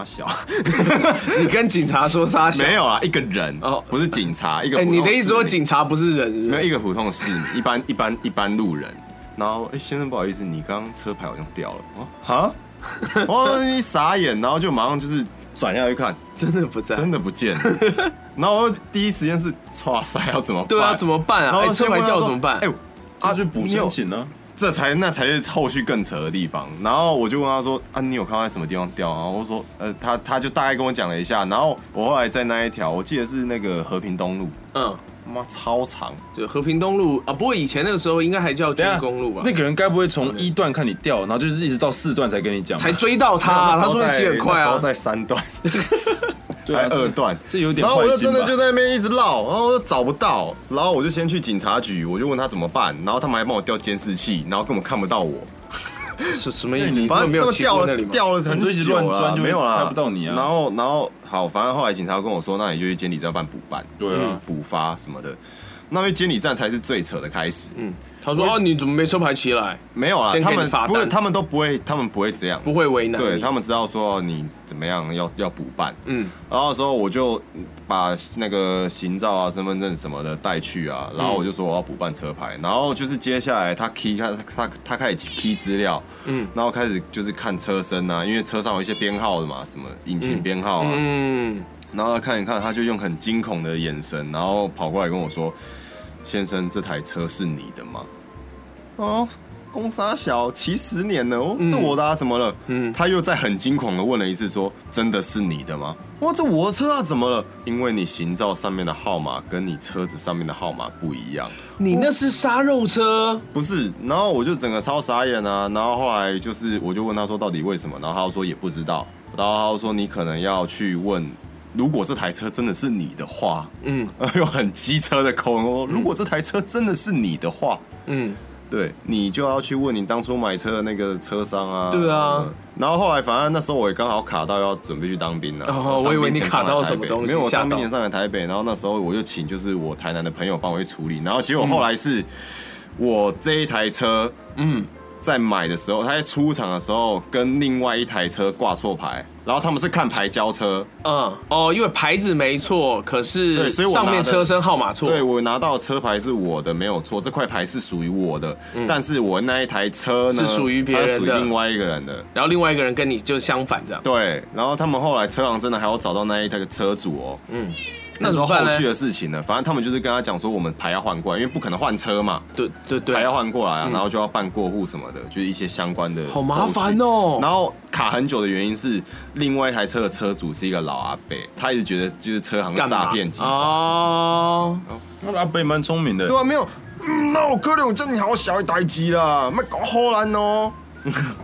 Speaker 3: 小，
Speaker 4: 你跟警察说撒小，
Speaker 3: 没有啦，一个人，
Speaker 4: 哦
Speaker 3: 不是警察，一个
Speaker 4: 哎、
Speaker 3: 普通市
Speaker 4: 你
Speaker 3: 民。
Speaker 4: 的意思说警察不是人是不
Speaker 3: 没有
Speaker 4: 是？
Speaker 3: 一个普通的市民，一般一般一般路人。然后，哎、先生，不好意思，你刚刚车牌好像掉了。哦，哈，哦，一傻眼，然后就马上就是转下去看，
Speaker 4: 真的不在。
Speaker 3: 真的不见了。然后第一时间是，哇塞，要怎么办？
Speaker 4: 对啊，怎么办
Speaker 3: 办
Speaker 4: 啊？哎、车牌掉怎么办？
Speaker 3: 哎、
Speaker 1: 他
Speaker 3: 啊，
Speaker 1: 去补
Speaker 3: 你有
Speaker 1: 申请呢、
Speaker 3: 这才那才是后续更扯的地方。然后我就问他说：“啊，你有看到在什么地方掉啊？”然后我说：“呃，他他就大概跟我讲了一下。”然后我后来在那一条，我记得是那个和平东路，
Speaker 4: 嗯，
Speaker 3: 妈超长，
Speaker 4: 对，和平东路啊，不过以前那个时候应该还叫军
Speaker 1: 等一
Speaker 3: 啊
Speaker 1: 下
Speaker 4: 公路吧？
Speaker 1: 啊那个人该不会从一段看你掉，然后就是一直到四段才跟你讲吧？
Speaker 4: 才追到他、啊，
Speaker 3: 那时
Speaker 4: 他
Speaker 3: 候
Speaker 4: 说你
Speaker 3: 在
Speaker 4: 骑很快
Speaker 3: 那时
Speaker 4: 啊
Speaker 3: 候。在三段，
Speaker 1: 对
Speaker 3: 还
Speaker 1: 啊，
Speaker 3: 二段，
Speaker 1: 这有点
Speaker 3: 然后我
Speaker 1: 坏
Speaker 3: 就
Speaker 1: 心
Speaker 3: 真的就
Speaker 1: 吧？
Speaker 3: 在那边一直绕，然后我就找不到，然后我就先去警察局，我就问他怎么办，然后他们还帮我调监视器，然后根本看不到我，
Speaker 4: 什什么意思？
Speaker 1: 那
Speaker 4: 你
Speaker 1: 你
Speaker 4: 根
Speaker 3: 反
Speaker 4: 本
Speaker 3: 正
Speaker 4: 没有
Speaker 3: 都
Speaker 4: 骑
Speaker 3: 掉
Speaker 4: 过那
Speaker 3: 了
Speaker 4: 里吗？
Speaker 3: 掉了很
Speaker 1: 你就一直乱
Speaker 3: 久了
Speaker 1: 钻就
Speaker 3: 没有啦，
Speaker 1: 看不到你啊
Speaker 3: 然后然后好，反正后来警察跟我说，那你就去监理站办补办，
Speaker 1: 对啊
Speaker 3: 补发什么的。那边监理站才是最扯的开始。嗯，
Speaker 4: 他说：“哦，你怎么没车牌骑来？
Speaker 3: 没有啊
Speaker 4: 先，给
Speaker 3: 他
Speaker 4: 你
Speaker 3: 们
Speaker 4: 罚单
Speaker 3: 不是，他们都不会，他们不会这样子，
Speaker 4: 不会为难你。
Speaker 3: 对他们知道说你怎么样要要补办，
Speaker 4: 嗯
Speaker 3: 嗯，然后那时候我就把那个行照啊、身份证什么的带去啊，然后我就说我要补办车牌，然后就是接下来他 key 他他他开始 key 资料，嗯，然后开始就是看车身啊，因为车上有一些编号的嘛，什么引擎编号啊，
Speaker 4: 嗯，
Speaker 3: 然后他看一看，他就用很惊恐的眼神，然后跑过来跟我说：“先生，这台车是你的吗？”哦，公沙小骑十年了，哦，这我的、啊，怎么了？嗯，他又再很惊恐的问了一次，说：“真的是你的吗？”哇，这我的车啊，怎么了？因为你行照上面的号码跟你车子上面的号码不一样，
Speaker 4: 你那是杀肉车，
Speaker 3: 不是，然后我就整个超傻眼啊，然后后来就是我就问他说到底为什么，然后他就说也不知道，然后他就说你可能要去问，如果这台车真的是你的话，
Speaker 4: 嗯
Speaker 3: 嗯，用很机车的口吻说，如果这台车真的是你的话，
Speaker 4: 嗯，
Speaker 3: 对你就要去问你当初买车的那个车商啊，
Speaker 4: 对啊
Speaker 3: 嗯然后后来反正那时候我也刚好卡到要准备去当兵了、
Speaker 4: 哦我以为你卡到什么东西
Speaker 3: 没有，我
Speaker 4: 吓
Speaker 3: 当兵
Speaker 4: 到
Speaker 3: 前上来台北，然后那时候我就请就是我台南的朋友帮我去处理，然后结果后来是我这一台车，
Speaker 4: 嗯
Speaker 3: 嗯，在买的时候，他在出厂的时候跟另外一台车挂错牌，然后他们是看牌交车，
Speaker 4: 嗯，哦，因为牌子没错，可是
Speaker 3: 对所以我拿
Speaker 4: 上
Speaker 3: 的
Speaker 4: 面车身号码错。
Speaker 3: 对我拿到车牌是我的，没有错，这块牌是属于我的，但是我那一台车呢
Speaker 4: 嗯是属于别人的
Speaker 3: 它是属于另外一个人的。
Speaker 4: 然后另外一个人跟你就相反这样。
Speaker 3: 对，然后他们后来车行真的还要找到那一台车主哦，嗯，
Speaker 4: 那
Speaker 3: 那
Speaker 4: 怎
Speaker 3: 时
Speaker 4: 么
Speaker 3: 候
Speaker 4: 办
Speaker 3: 后
Speaker 4: 呢
Speaker 3: 续的事情呢，反正他们就是跟他讲说我们牌要换过来，因为不可能换车嘛，
Speaker 4: 对对对，
Speaker 3: 牌要换过来啊，然后就要办过户什么的，就是一些相关的，
Speaker 4: 好麻烦。哦。
Speaker 3: 然后卡很久的原因是，另外一台车的车主是一个老阿伯，他一直觉得就是车行
Speaker 4: 干嘛
Speaker 3: 诈骗集团。
Speaker 4: 哦，
Speaker 1: 那阿贝蛮聪明的
Speaker 3: 对，啊，没有，嗯，那我可能我真的好小一代机啦，卖搞荷 兰哦，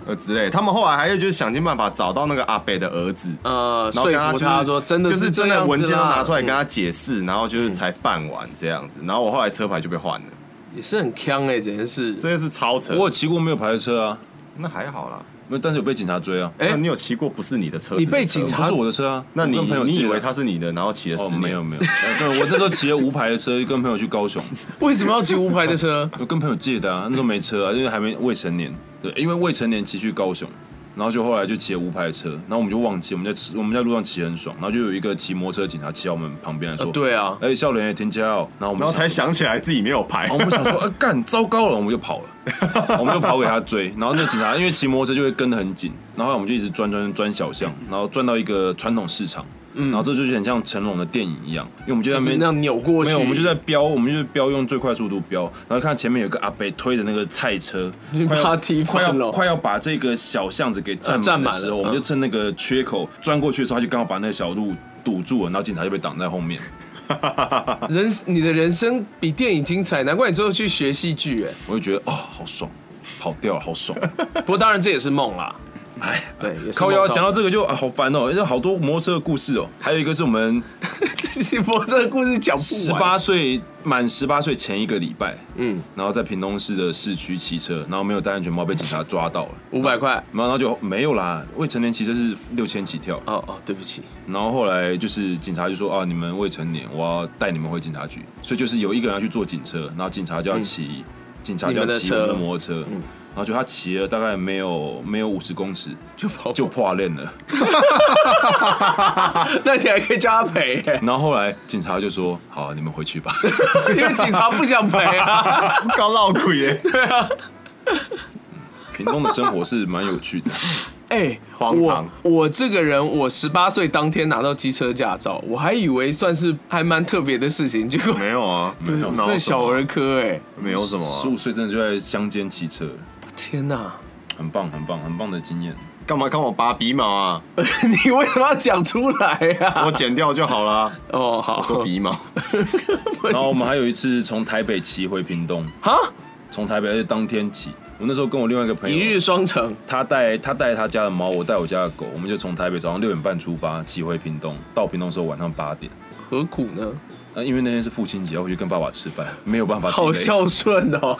Speaker 3: 呃之类。他们后来还是就是想尽办法找到那个阿北的儿子，
Speaker 4: 呃，
Speaker 3: 然后跟
Speaker 4: 说服
Speaker 3: 就是
Speaker 4: 他说真的
Speaker 3: 就是
Speaker 4: 这
Speaker 3: 真
Speaker 4: 样
Speaker 3: 的
Speaker 4: 子
Speaker 3: 文件都
Speaker 4: 啦嗯
Speaker 3: 拿出来跟他解释，然后就是才办完这样子。然后我后来车牌就被换了，
Speaker 4: 也是很呛哎，简直是。
Speaker 3: 这个是超扯
Speaker 1: 我。有骑过没有牌的车啊，
Speaker 3: 那还好啦，
Speaker 1: 那但是有被警察追啊，
Speaker 4: 哎
Speaker 3: 那你有骑过不是你的车子的车吗？
Speaker 4: 你被警察
Speaker 1: 不是我的车啊。
Speaker 3: 那你
Speaker 1: 我跟朋友
Speaker 3: 你
Speaker 1: 借
Speaker 3: 以
Speaker 1: 的
Speaker 3: 为他是你啊的，然后骑了
Speaker 1: 哦
Speaker 3: 十
Speaker 1: 没
Speaker 3: 年
Speaker 1: 有？没有， 呃对我那时候骑了无牌的车，跟朋友去高雄，
Speaker 4: 为什么要骑无牌的 车？
Speaker 1: 我跟朋友借的啊，那时候没车啊，因为还没未成年，对，因为未成年骑去高雄，然后就后来就骑了无牌的车，然后我们就忘记我们在骑我们在路上骑很爽，然后就有一个骑摩托车警察骑到我们旁边来
Speaker 4: 呃
Speaker 1: 说，，
Speaker 4: 对啊，
Speaker 1: 哎，笑脸也停加哦，然后我们
Speaker 3: 然后
Speaker 1: 就
Speaker 3: 才想起来自己没有牌
Speaker 1: 然后。我们想说，呃，干，糟糕了，我们就跑了，我们就跑给他追。然后那警察因为骑摩托车就会跟得很紧，然后我们就一直钻钻钻小巷，然后钻到一个传统市场，然后这就是很像成龙的电影一样，因为我们就
Speaker 4: 嗯
Speaker 1: 在
Speaker 4: 就
Speaker 1: 那
Speaker 4: 是
Speaker 1: 边
Speaker 4: 那样扭过去。
Speaker 1: 没有，我们就在飙，我们就是飙，用最快速度飙，然后看前面有个阿伯推的那个菜车
Speaker 4: 你，
Speaker 1: 快
Speaker 4: 把他
Speaker 1: 要
Speaker 4: 踢
Speaker 1: 快
Speaker 4: 翻了
Speaker 1: 要快要把这个小巷子给占
Speaker 4: 呃占
Speaker 1: 满的
Speaker 4: 满
Speaker 1: 时
Speaker 4: 了
Speaker 1: 候，我们就趁那个缺口钻过去的时候，他就刚好把那个小路堵住了，然后警察就被挡在 后面。
Speaker 4: 人，你的人生比电影精彩，难怪你最后去学戏剧哎。
Speaker 1: 我就觉得哦，好爽，跑掉了，好爽。
Speaker 4: 不过当然这也是梦啊啦，
Speaker 1: 哎，
Speaker 4: 对， 也是
Speaker 1: 靠
Speaker 4: 梦
Speaker 1: 腰
Speaker 4: 到
Speaker 1: 想到这个就、啊、好烦哦，因为好多摩托车的故事哦。还有一个是 我们
Speaker 4: 你播这个故事讲
Speaker 1: 十
Speaker 4: 不完。
Speaker 1: 八岁满十八岁前一个礼拜，
Speaker 4: 嗯
Speaker 1: 嗯，然后在屏东市的市区骑车，然后没有戴安全帽被警察抓到了。
Speaker 4: 五百块。
Speaker 1: 然后就没有啦，未成年骑车是六千起跳。
Speaker 4: 哦哦，对不起，
Speaker 1: 然后后来就是警察就说啊，你们未成年，我要带你们回警察局。所以就是有一个人要去坐警车，然后警察就要骑，警察就要
Speaker 4: 嗯你们的
Speaker 1: 骑我
Speaker 4: 车嗯
Speaker 1: 们的摩托车。然后就他骑了大概没有没有五十公尺
Speaker 4: 就跑
Speaker 1: 就破链了。
Speaker 4: 那你还可以叫他赔 耶，
Speaker 1: 然后后来警察就说：“好，你们回去 吧。”
Speaker 4: 因为警察不想赔啊。
Speaker 3: 高闹鬼耶！
Speaker 1: 屏东的生活是蛮有趣的，
Speaker 4: 哎、
Speaker 3: 荒唐
Speaker 4: 我我这个人，我十八岁当天拿到机车驾照，我还以为算是还蛮特别的事情，结果
Speaker 3: 没有啊，没有，
Speaker 4: 这小儿科哎、
Speaker 3: 没有什么啊
Speaker 1: 十，五岁真的就在乡间骑车，
Speaker 4: 天哪！
Speaker 1: 很棒，很棒，很棒的经验。
Speaker 3: 干嘛看我拔鼻毛啊？
Speaker 4: 你为什么要讲出来呀、啊？
Speaker 3: 我剪掉就好啦。
Speaker 4: 哦，好，
Speaker 3: 我说鼻毛，
Speaker 1: 然后我们还有一次从台北骑回屏东，
Speaker 4: 哈，
Speaker 1: 从台北而且当天骑。我那时候跟我另外一个朋
Speaker 4: 一日
Speaker 1: 友，
Speaker 4: 双城，
Speaker 1: 他带他带他家的猫，我带我家的狗，我们就从台北早上六点半出发，骑回屏东。到屏东的时候晚上八点。
Speaker 4: 何苦呢？
Speaker 1: 那因为那天是父亲节，要回去跟爸爸吃饭，没有办法。
Speaker 4: 好
Speaker 1: 笑。
Speaker 4: 孝顺哦。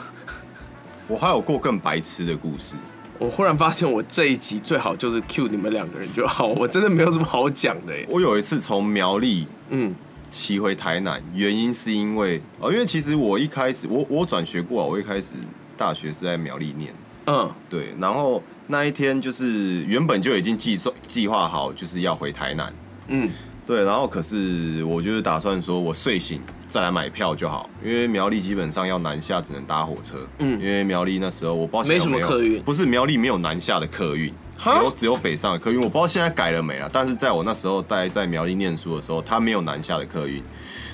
Speaker 3: 我还有过更白痴的故事。
Speaker 4: 我忽然发现，我这一集最好就是 cue 你们两个人就好，我真的没有什么好讲的耶。
Speaker 3: 我有一次从苗栗
Speaker 4: 嗯，
Speaker 3: 骑回台南，原因是因为哦，因为其实我一开始我我转学过啊，我一开始大学是在苗栗念，
Speaker 4: 嗯
Speaker 3: 对，然后那一天就是原本就已经计算计划好，就是要回台南，
Speaker 4: 嗯
Speaker 3: 对，然后可是我就是打算说，我睡醒再来买票就好，因为苗栗基本上要南下只能搭火车，
Speaker 4: 嗯
Speaker 3: 因为苗栗那时候我不知道现在
Speaker 4: 没什
Speaker 3: 有
Speaker 4: 么
Speaker 3: 有
Speaker 4: 客运
Speaker 3: 不是苗栗没有南下的客运，只有只有北上的客运，我不知道现在改了没了，啊但是在我那时候待在苗栗念书的时候，它没有南下的客运，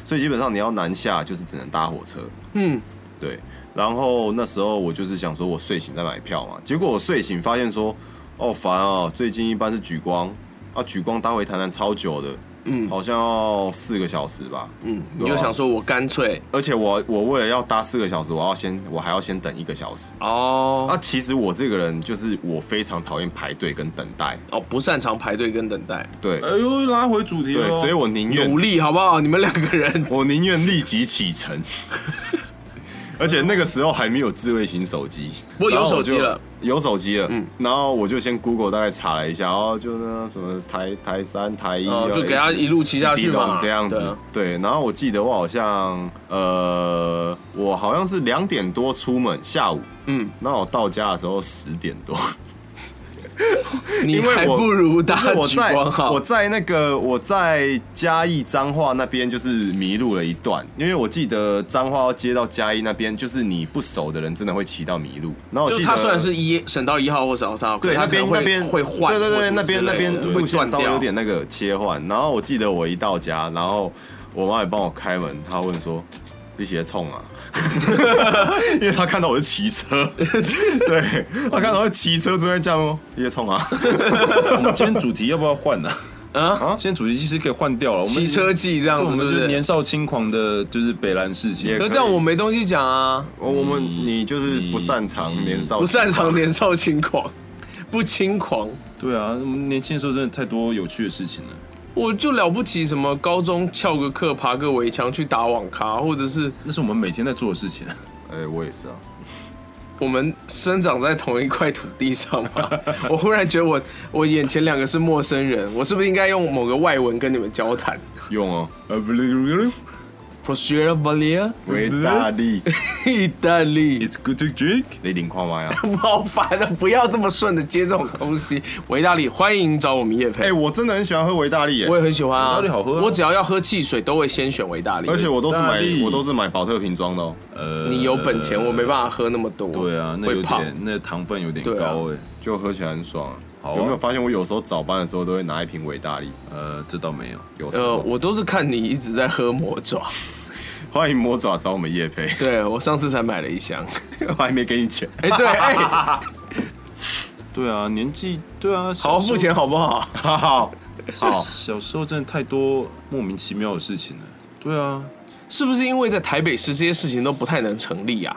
Speaker 3: 所以基本上你要南下就是只能搭火车，
Speaker 4: 嗯，
Speaker 3: 对，然后那时候我就是想说，我睡醒再买票嘛。结果我睡醒发现说，哦烦哦，最近一般是举光啊，举光搭回台南超久的，
Speaker 4: 嗯
Speaker 3: 好像要四个小时吧，
Speaker 4: 嗯，你
Speaker 3: 对啊
Speaker 4: 就想说我干脆
Speaker 3: 而且我我为了要搭四个小时，我要先我还要先等一个小时。
Speaker 4: 哦
Speaker 3: 啊，其实我这个人就是我非常讨厌排队跟等待，
Speaker 4: 哦，不擅长排队跟等待，
Speaker 3: 对、
Speaker 1: 哎呦，拉回主题
Speaker 3: 对，
Speaker 1: 了。
Speaker 3: 所以我宁愿
Speaker 4: 努力好不好？你们两个人，
Speaker 3: 我宁愿立即 启程。而且那个时候还没有智慧型手机，
Speaker 4: 不过有
Speaker 3: 然后我
Speaker 4: 手机
Speaker 3: 就
Speaker 4: 了，
Speaker 3: 有手机了。
Speaker 4: 嗯
Speaker 3: 然后我就先 Google 大概查了一下，然后就那什么台台三、台一，
Speaker 4: 哦，就给他一
Speaker 3: 路
Speaker 4: 路骑下去嘛，
Speaker 3: 这样
Speaker 4: 对
Speaker 3: 子
Speaker 4: 啊。
Speaker 3: 对，然后我记得我好像呃，我好像是两点多出门，下午，
Speaker 4: 嗯，
Speaker 3: 然后我到家的时候十点多。
Speaker 4: 你
Speaker 3: 因为
Speaker 4: 还
Speaker 3: 我
Speaker 4: 不如搭
Speaker 3: 不是我
Speaker 4: 举
Speaker 3: 在
Speaker 4: 光
Speaker 3: 我
Speaker 4: 号，
Speaker 3: 在那个我在嘉义彰化那边就是迷路了一段，因为我记得彰化要接到嘉义那边，就是你不熟的人真的会骑到迷路。然后我
Speaker 4: 就
Speaker 3: 记
Speaker 4: 是
Speaker 3: 得
Speaker 4: 他虽然是一省道一号或省道三号，可
Speaker 3: 对
Speaker 4: 是他
Speaker 3: 那
Speaker 4: 可能
Speaker 3: 边
Speaker 4: 会
Speaker 3: 那边
Speaker 4: 会换或
Speaker 3: 对
Speaker 4: 什么之类的，
Speaker 3: 对对，那边那边路线
Speaker 4: 会断
Speaker 3: 稍微
Speaker 4: 掉
Speaker 3: 有点那个切换。然后我记得我一到家，然后我妈也帮我开门，她问说。你鞋冲啊！ 因为她看到我是骑 车，对，她看到我是骑车，坐在家门，你鞋冲啊！
Speaker 1: 我 们今天主题要不要换呢、
Speaker 4: 啊
Speaker 1: 啊？今天主题其实可以换掉了。我们
Speaker 4: 骑车记这样
Speaker 1: 对，我
Speaker 4: 子，
Speaker 1: 们
Speaker 4: 是
Speaker 1: 就
Speaker 4: 不
Speaker 1: 是
Speaker 4: 是
Speaker 1: 年？少轻狂的，就是北兰事情。
Speaker 3: 也
Speaker 4: 可是这样我没东西讲啊，
Speaker 3: 哦我我们
Speaker 1: 嗯
Speaker 3: 你就是不擅长
Speaker 1: 你
Speaker 3: 年少，
Speaker 4: 不擅长年少轻狂，不轻狂，
Speaker 1: 对啊，我们年轻的时候真的太多有趣的事情了。
Speaker 4: 我就了不起什么高中翘个课、爬个围墙去打网咖，或者是
Speaker 1: 那是我们每天在做的事情。
Speaker 3: 哎，我也是啊，
Speaker 4: 我们生长在同一块土地上嘛。 我忽然觉得我我眼前两个是陌生人，我是不是应该用某个外文跟你们交谈
Speaker 3: 用哦，
Speaker 1: 呃，不是不是
Speaker 4: p r o s e r v a l i a
Speaker 3: 维大 利，
Speaker 4: 意大利。
Speaker 1: ，It's good to drink。
Speaker 3: 你领矿吗呀？
Speaker 4: 我好烦的，不要这么顺的接这种东西。维大利，欢迎找我们叶
Speaker 3: 哎，
Speaker 4: 培，
Speaker 3: 我真的很喜欢喝维大利耶
Speaker 4: 我，也很喜欢啊。
Speaker 1: 维大利好喝啊
Speaker 4: 我只要要喝汽水，都会先选维大利。
Speaker 3: 而且我都是
Speaker 1: 维
Speaker 3: 买
Speaker 1: 大利
Speaker 3: 我都是买保特瓶装的哦。
Speaker 1: 呃，
Speaker 4: 你有本钱，我没办法喝那么多。
Speaker 1: 对啊，那有
Speaker 4: 会胖。
Speaker 1: 点，那糖分有点
Speaker 4: 对啊
Speaker 1: 高哎、
Speaker 3: 就喝起来很爽、啊。
Speaker 1: 好啊
Speaker 3: 有没有发现我有时候早班的时候都会拿一瓶维大利？
Speaker 1: 呃，这倒没有。
Speaker 3: 有时
Speaker 4: 呃，
Speaker 3: 候、
Speaker 4: 我都是看你一直在喝魔爪，
Speaker 3: 欢迎魔爪找我们叶配，
Speaker 4: 对我上次才买了一 箱。
Speaker 3: 我还没给你钱。
Speaker 4: 哎、对， 哎、
Speaker 1: 对啊，年纪对啊，
Speaker 4: 好好
Speaker 1: 小时候
Speaker 4: 付钱。好不好？
Speaker 3: 好好，好
Speaker 1: 小时候真的太多莫名其妙的事情了。对啊，
Speaker 4: 是不是因为在台北市这些事情都不太能成立啊？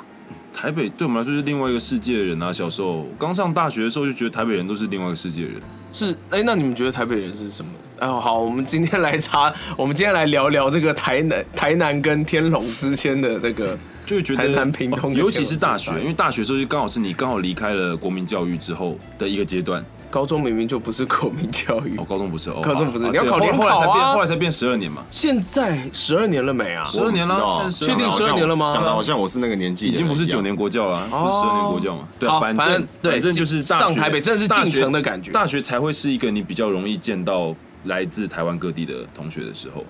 Speaker 1: 台北对我们来说是另外一个世界的人啊。小时候刚上大学的时候就觉得台北人都是另外一个世界的人。
Speaker 4: 是，哎、那你们觉得台北人是什么？哎呦，好，我们今天来查， 我们今天来聊聊这个台南、台南跟天龙之间的那个，
Speaker 1: 就会觉得
Speaker 4: 台南屏东
Speaker 1: 哦
Speaker 4: 跟
Speaker 1: 尤其是大学
Speaker 4: 天，龙
Speaker 1: 因为大学的时候就刚好是你刚好离开了国民教育之后的一个阶段。
Speaker 4: 高中明明就不是国民教育
Speaker 1: 哦，，高中不是，哦，
Speaker 4: 高中不是
Speaker 1: 好
Speaker 4: 你要
Speaker 1: 对
Speaker 4: 考
Speaker 1: 后
Speaker 4: 联
Speaker 1: 后来才
Speaker 4: 考啊
Speaker 1: 变，后来才变十二年嘛，
Speaker 4: 现在十二年了没啊？
Speaker 1: 十二年了，现
Speaker 3: 确
Speaker 1: 在12
Speaker 4: 确定12
Speaker 1: 年
Speaker 4: 年了吗
Speaker 3: 讲的好像我是那个年纪的
Speaker 1: 已
Speaker 3: 人一
Speaker 1: 经
Speaker 3: 样，
Speaker 1: 不是九年国教了啊，不是十二年国教嘛？对啊，
Speaker 4: 哦好
Speaker 1: 反
Speaker 4: 反
Speaker 1: 正
Speaker 4: 正对
Speaker 1: 反正就是大学
Speaker 4: 上台北真的是进城的感觉
Speaker 1: 大学大学才会是一个你比较容易见到来自台湾各地的同学的时候。